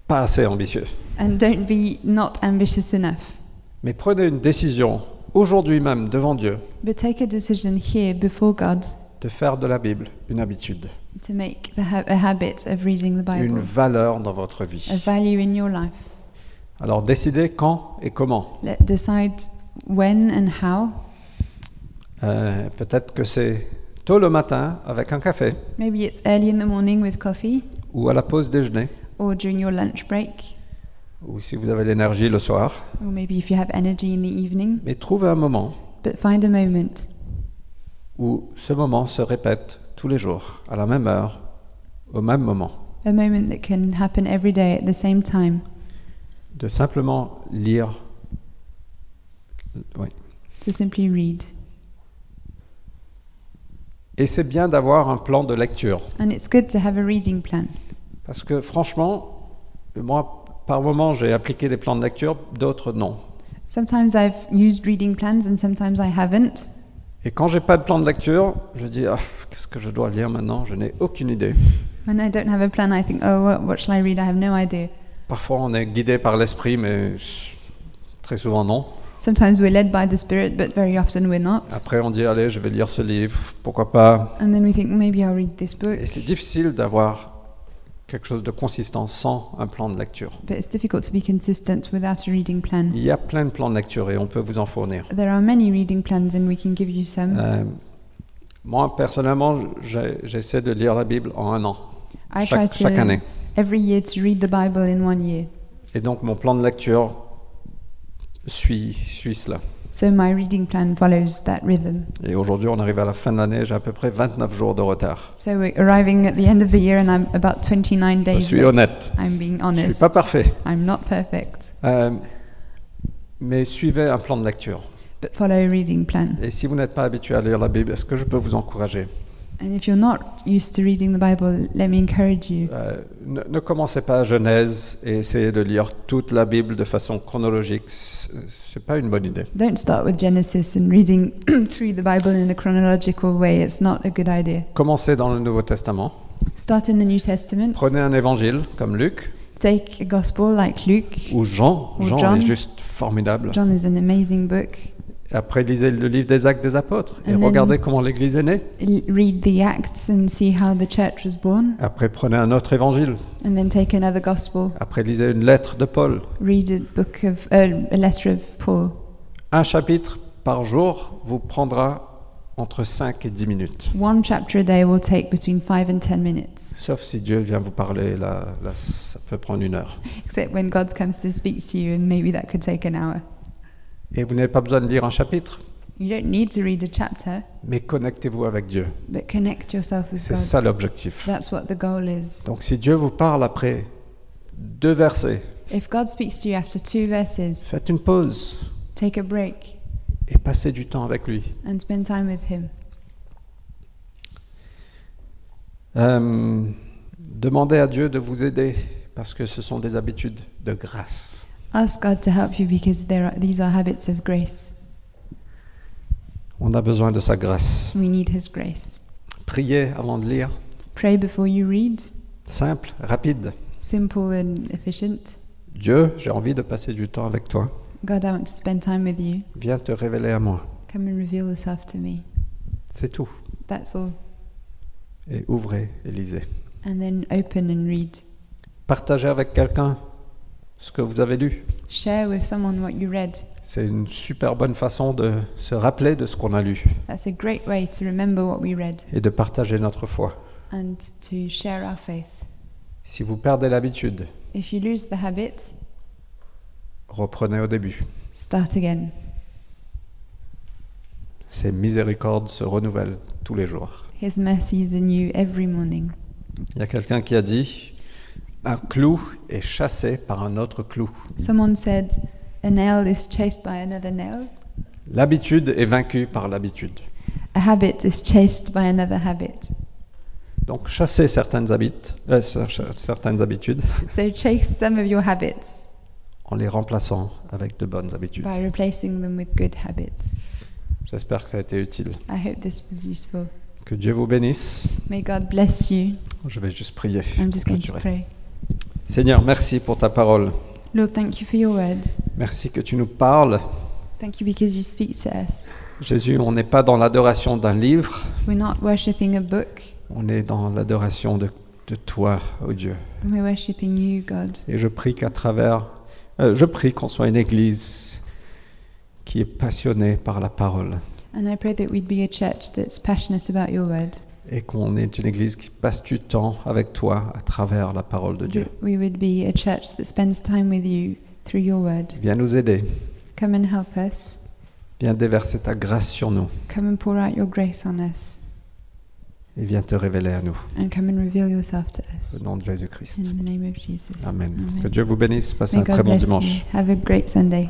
[SPEAKER 1] pas assez ambitieux.
[SPEAKER 2] and don't be not ambitious enough.
[SPEAKER 1] Mais prenez une décision aujourd'hui même devant Dieu
[SPEAKER 2] But take a decision here before God
[SPEAKER 1] de faire de la Bible une habitude.
[SPEAKER 2] to make the ha- a habit of reading the Bible,
[SPEAKER 1] une valeur dans votre vie.
[SPEAKER 2] a value in your life.
[SPEAKER 1] Alors décidez quand et comment.
[SPEAKER 2] Let, decide when and how.
[SPEAKER 1] Euh, Peut-être que c'est tôt le matin avec un café
[SPEAKER 2] Maybe it's early in the morning with coffee
[SPEAKER 1] ou à la pause déjeuner
[SPEAKER 2] or during your lunch break,
[SPEAKER 1] ou si vous avez l'énergie le soir.
[SPEAKER 2] or maybe if you have energy in the evening.
[SPEAKER 1] Mais trouvez un moment
[SPEAKER 2] But find a moment
[SPEAKER 1] où ce moment se répète tous les jours, à la même heure, au même moment,
[SPEAKER 2] a moment that can happen every day at the same time
[SPEAKER 1] de simplement lire. Oui.
[SPEAKER 2] to simply read.
[SPEAKER 1] Et c'est bien d'avoir un plan de lecture.
[SPEAKER 2] And it's good to have a reading plan
[SPEAKER 1] Parce que franchement, moi, par moment, j'ai appliqué des plans de lecture, d'autres non.
[SPEAKER 2] Sometimes I've used reading plans and sometimes I haven't.
[SPEAKER 1] Et quand j'ai pas de plan de lecture, je dis Ah, qu'est-ce que je dois lire maintenant Je n'ai aucune idée.
[SPEAKER 2] When I don't have a plan, I think, oh, what, what shall I read? I have no idea.
[SPEAKER 1] Parfois, on est guidé par l'esprit, mais très souvent non.
[SPEAKER 2] Sometimes we're led by the Spirit, but very often we're not.
[SPEAKER 1] Après, on dit Allez, je vais lire ce livre, pourquoi pas
[SPEAKER 2] And then we think, maybe I'll read this book.
[SPEAKER 1] Et c'est difficile d'avoir quelque chose de consistant sans un plan de lecture.
[SPEAKER 2] But it's difficult to be consistent without a reading plan.
[SPEAKER 1] Il y a plein de plans de lecture et on peut vous en fournir.
[SPEAKER 2] There are many reading plans, and we can give you some.
[SPEAKER 1] Euh, moi, personnellement, j'ai- j'essaie de lire la Bible en un an,
[SPEAKER 2] I try
[SPEAKER 1] chaque, chaque année.
[SPEAKER 2] to every year to read the Bible in one year.
[SPEAKER 1] Et donc, mon plan de lecture suit, suit cela.
[SPEAKER 2] So my reading plan follows that rhythm.
[SPEAKER 1] Et aujourd'hui, on arrive à la fin de l'année, j'ai à peu près 29 jours de retard.
[SPEAKER 2] So we're arriving at the end of the year, and I'm about 29
[SPEAKER 1] Je
[SPEAKER 2] days.
[SPEAKER 1] suis
[SPEAKER 2] late.
[SPEAKER 1] honnête.
[SPEAKER 2] I'm being
[SPEAKER 1] Je ne
[SPEAKER 2] honest.
[SPEAKER 1] suis pas parfait.
[SPEAKER 2] I'm not perfect,
[SPEAKER 1] Euh, mais suivez un plan de lecture.
[SPEAKER 2] but follow a reading plan.
[SPEAKER 1] Et si vous n'êtes pas habitué à lire la Bible, est-ce que je peux vous encourager
[SPEAKER 2] And if you're not used to reading the Bible, let me encourage you.
[SPEAKER 1] Euh, ne, ne commencez pas à Genèse et essayez de lire toute la Bible de façon chronologique. C- C'est pas une bonne idée.
[SPEAKER 2] Don't start with Genesis and reading through the Bible in a chronological way. It's not a good idea.
[SPEAKER 1] Commencez dans le Nouveau Testament.
[SPEAKER 2] Start in the New Testament.
[SPEAKER 1] Prenez un évangile comme Luc
[SPEAKER 2] Take a gospel like Luke.
[SPEAKER 1] ou Jean.
[SPEAKER 2] Ou
[SPEAKER 1] Jean,
[SPEAKER 2] John.
[SPEAKER 1] est juste formidable.
[SPEAKER 2] John is an amazing book.
[SPEAKER 1] Après, lisez le livre des Actes des Apôtres et
[SPEAKER 2] And then-
[SPEAKER 1] regardez comment l'Église est née.
[SPEAKER 2] L- Read the Acts and see how the church was born,
[SPEAKER 1] Après, prenez un autre évangile.
[SPEAKER 2] and then take another gospel.
[SPEAKER 1] Après, lisez une lettre de Paul.
[SPEAKER 2] Read a book of uh, a letter of Paul.
[SPEAKER 1] Un chapitre par jour vous prendra entre 5 et 10 minutes.
[SPEAKER 2] One chapter a day will take between five and ten minutes,
[SPEAKER 1] Sauf si Dieu vient vous parler, là, là, ça peut prendre une heure.
[SPEAKER 2] except when God comes to speak to you, and maybe that could take an hour.
[SPEAKER 1] Et vous n'avez pas besoin de lire un chapitre,
[SPEAKER 2] You don't need to read a chapter,
[SPEAKER 1] mais connectez-vous avec Dieu.
[SPEAKER 2] but connect yourself with
[SPEAKER 1] C'est
[SPEAKER 2] God.
[SPEAKER 1] ça l'objectif.
[SPEAKER 2] That's what the goal is.
[SPEAKER 1] Donc si Dieu vous parle après deux versets,
[SPEAKER 2] If God speaks to you after two verses,
[SPEAKER 1] faites une pause
[SPEAKER 2] take a break
[SPEAKER 1] et passez du temps avec lui.
[SPEAKER 2] and spend time with Him.
[SPEAKER 1] Euh, demandez à Dieu de vous aider parce que ce sont des habitudes de grâce.
[SPEAKER 2] Ask God to help you because there are, these are habits of grace.
[SPEAKER 1] On a besoin de sa grâce.
[SPEAKER 2] We need His grace.
[SPEAKER 1] Priez avant de lire,
[SPEAKER 2] Pray before you read.
[SPEAKER 1] simple, rapide.
[SPEAKER 2] Simple and efficient.
[SPEAKER 1] Dieu, j'ai envie de passer du temps avec toi.
[SPEAKER 2] God, I want to spend time with you.
[SPEAKER 1] Viens te révéler à moi.
[SPEAKER 2] Come and reveal yourself to me.
[SPEAKER 1] C'est tout.
[SPEAKER 2] That's all.
[SPEAKER 1] Et ouvrez et lisez.
[SPEAKER 2] And then open and read.
[SPEAKER 1] Partagez avec quelqu'un ce que vous avez lu.
[SPEAKER 2] Share with someone what you read.
[SPEAKER 1] C'est une super bonne façon de se rappeler de ce qu'on a lu
[SPEAKER 2] That's a great way to remember what we read
[SPEAKER 1] et de partager notre foi.
[SPEAKER 2] and to share our faith.
[SPEAKER 1] Si vous perdez l'habitude,
[SPEAKER 2] If you lose the habit,
[SPEAKER 1] reprenez au début.
[SPEAKER 2] start again.
[SPEAKER 1] Ces miséricordes se renouvellent tous les jours.
[SPEAKER 2] His mercy is anew every morning.
[SPEAKER 1] Il y a quelqu'un qui a dit Un clou est chassé par un autre clou.
[SPEAKER 2] Someone said, a nail is chased by another nail.
[SPEAKER 1] L'habitude est vaincue par l'habitude.
[SPEAKER 2] A habit is chased by another habit.
[SPEAKER 1] Donc chassez certaines, habites- euh, cer- cer- certaines habitudes
[SPEAKER 2] So chase some of your habits
[SPEAKER 1] en les remplaçant avec de bonnes habitudes.
[SPEAKER 2] by replacing them with good habits.
[SPEAKER 1] J'espère que ça a été utile.
[SPEAKER 2] I hope this was useful.
[SPEAKER 1] Que Dieu vous bénisse.
[SPEAKER 2] May God bless you.
[SPEAKER 1] Je vais juste prier.
[SPEAKER 2] I'm just
[SPEAKER 1] pour
[SPEAKER 2] going to
[SPEAKER 1] clôturer.
[SPEAKER 2] pray.
[SPEAKER 1] Seigneur, merci pour ta parole.
[SPEAKER 2] Lord, thank you for your word.
[SPEAKER 1] Merci que tu nous parles.
[SPEAKER 2] Thank you because you speak to us.
[SPEAKER 1] Jésus, on n'est pas dans l'adoration d'un livre,
[SPEAKER 2] We're not worshipping a book,
[SPEAKER 1] On est dans l'adoration de, de toi, ô Dieu.
[SPEAKER 2] We're worshipping you, God.
[SPEAKER 1] Et je prie qu'à travers, euh, je prie qu'on soit une église qui est passionnée par la parole
[SPEAKER 2] And I pray that we'd be a church that's passionate about your word.
[SPEAKER 1] et qu'on est une église qui passe du temps avec toi à travers la parole de Dieu.
[SPEAKER 2] That we would be a church that spends time with you through your word.
[SPEAKER 1] Viens nous aider.
[SPEAKER 2] Come and help us.
[SPEAKER 1] Viens déverser ta grâce sur nous
[SPEAKER 2] Come and pour out your grace on us.
[SPEAKER 1] et viens te révéler à nous.
[SPEAKER 2] And come and reveal yourself to us.
[SPEAKER 1] Au nom de Jésus-Christ.
[SPEAKER 2] In the name of Jesus.
[SPEAKER 1] Amen. Que Dieu vous bénisse. Passez
[SPEAKER 2] May
[SPEAKER 1] un
[SPEAKER 2] God
[SPEAKER 1] très bon
[SPEAKER 2] bless you.
[SPEAKER 1] dimanche.
[SPEAKER 2] Have a great Sunday.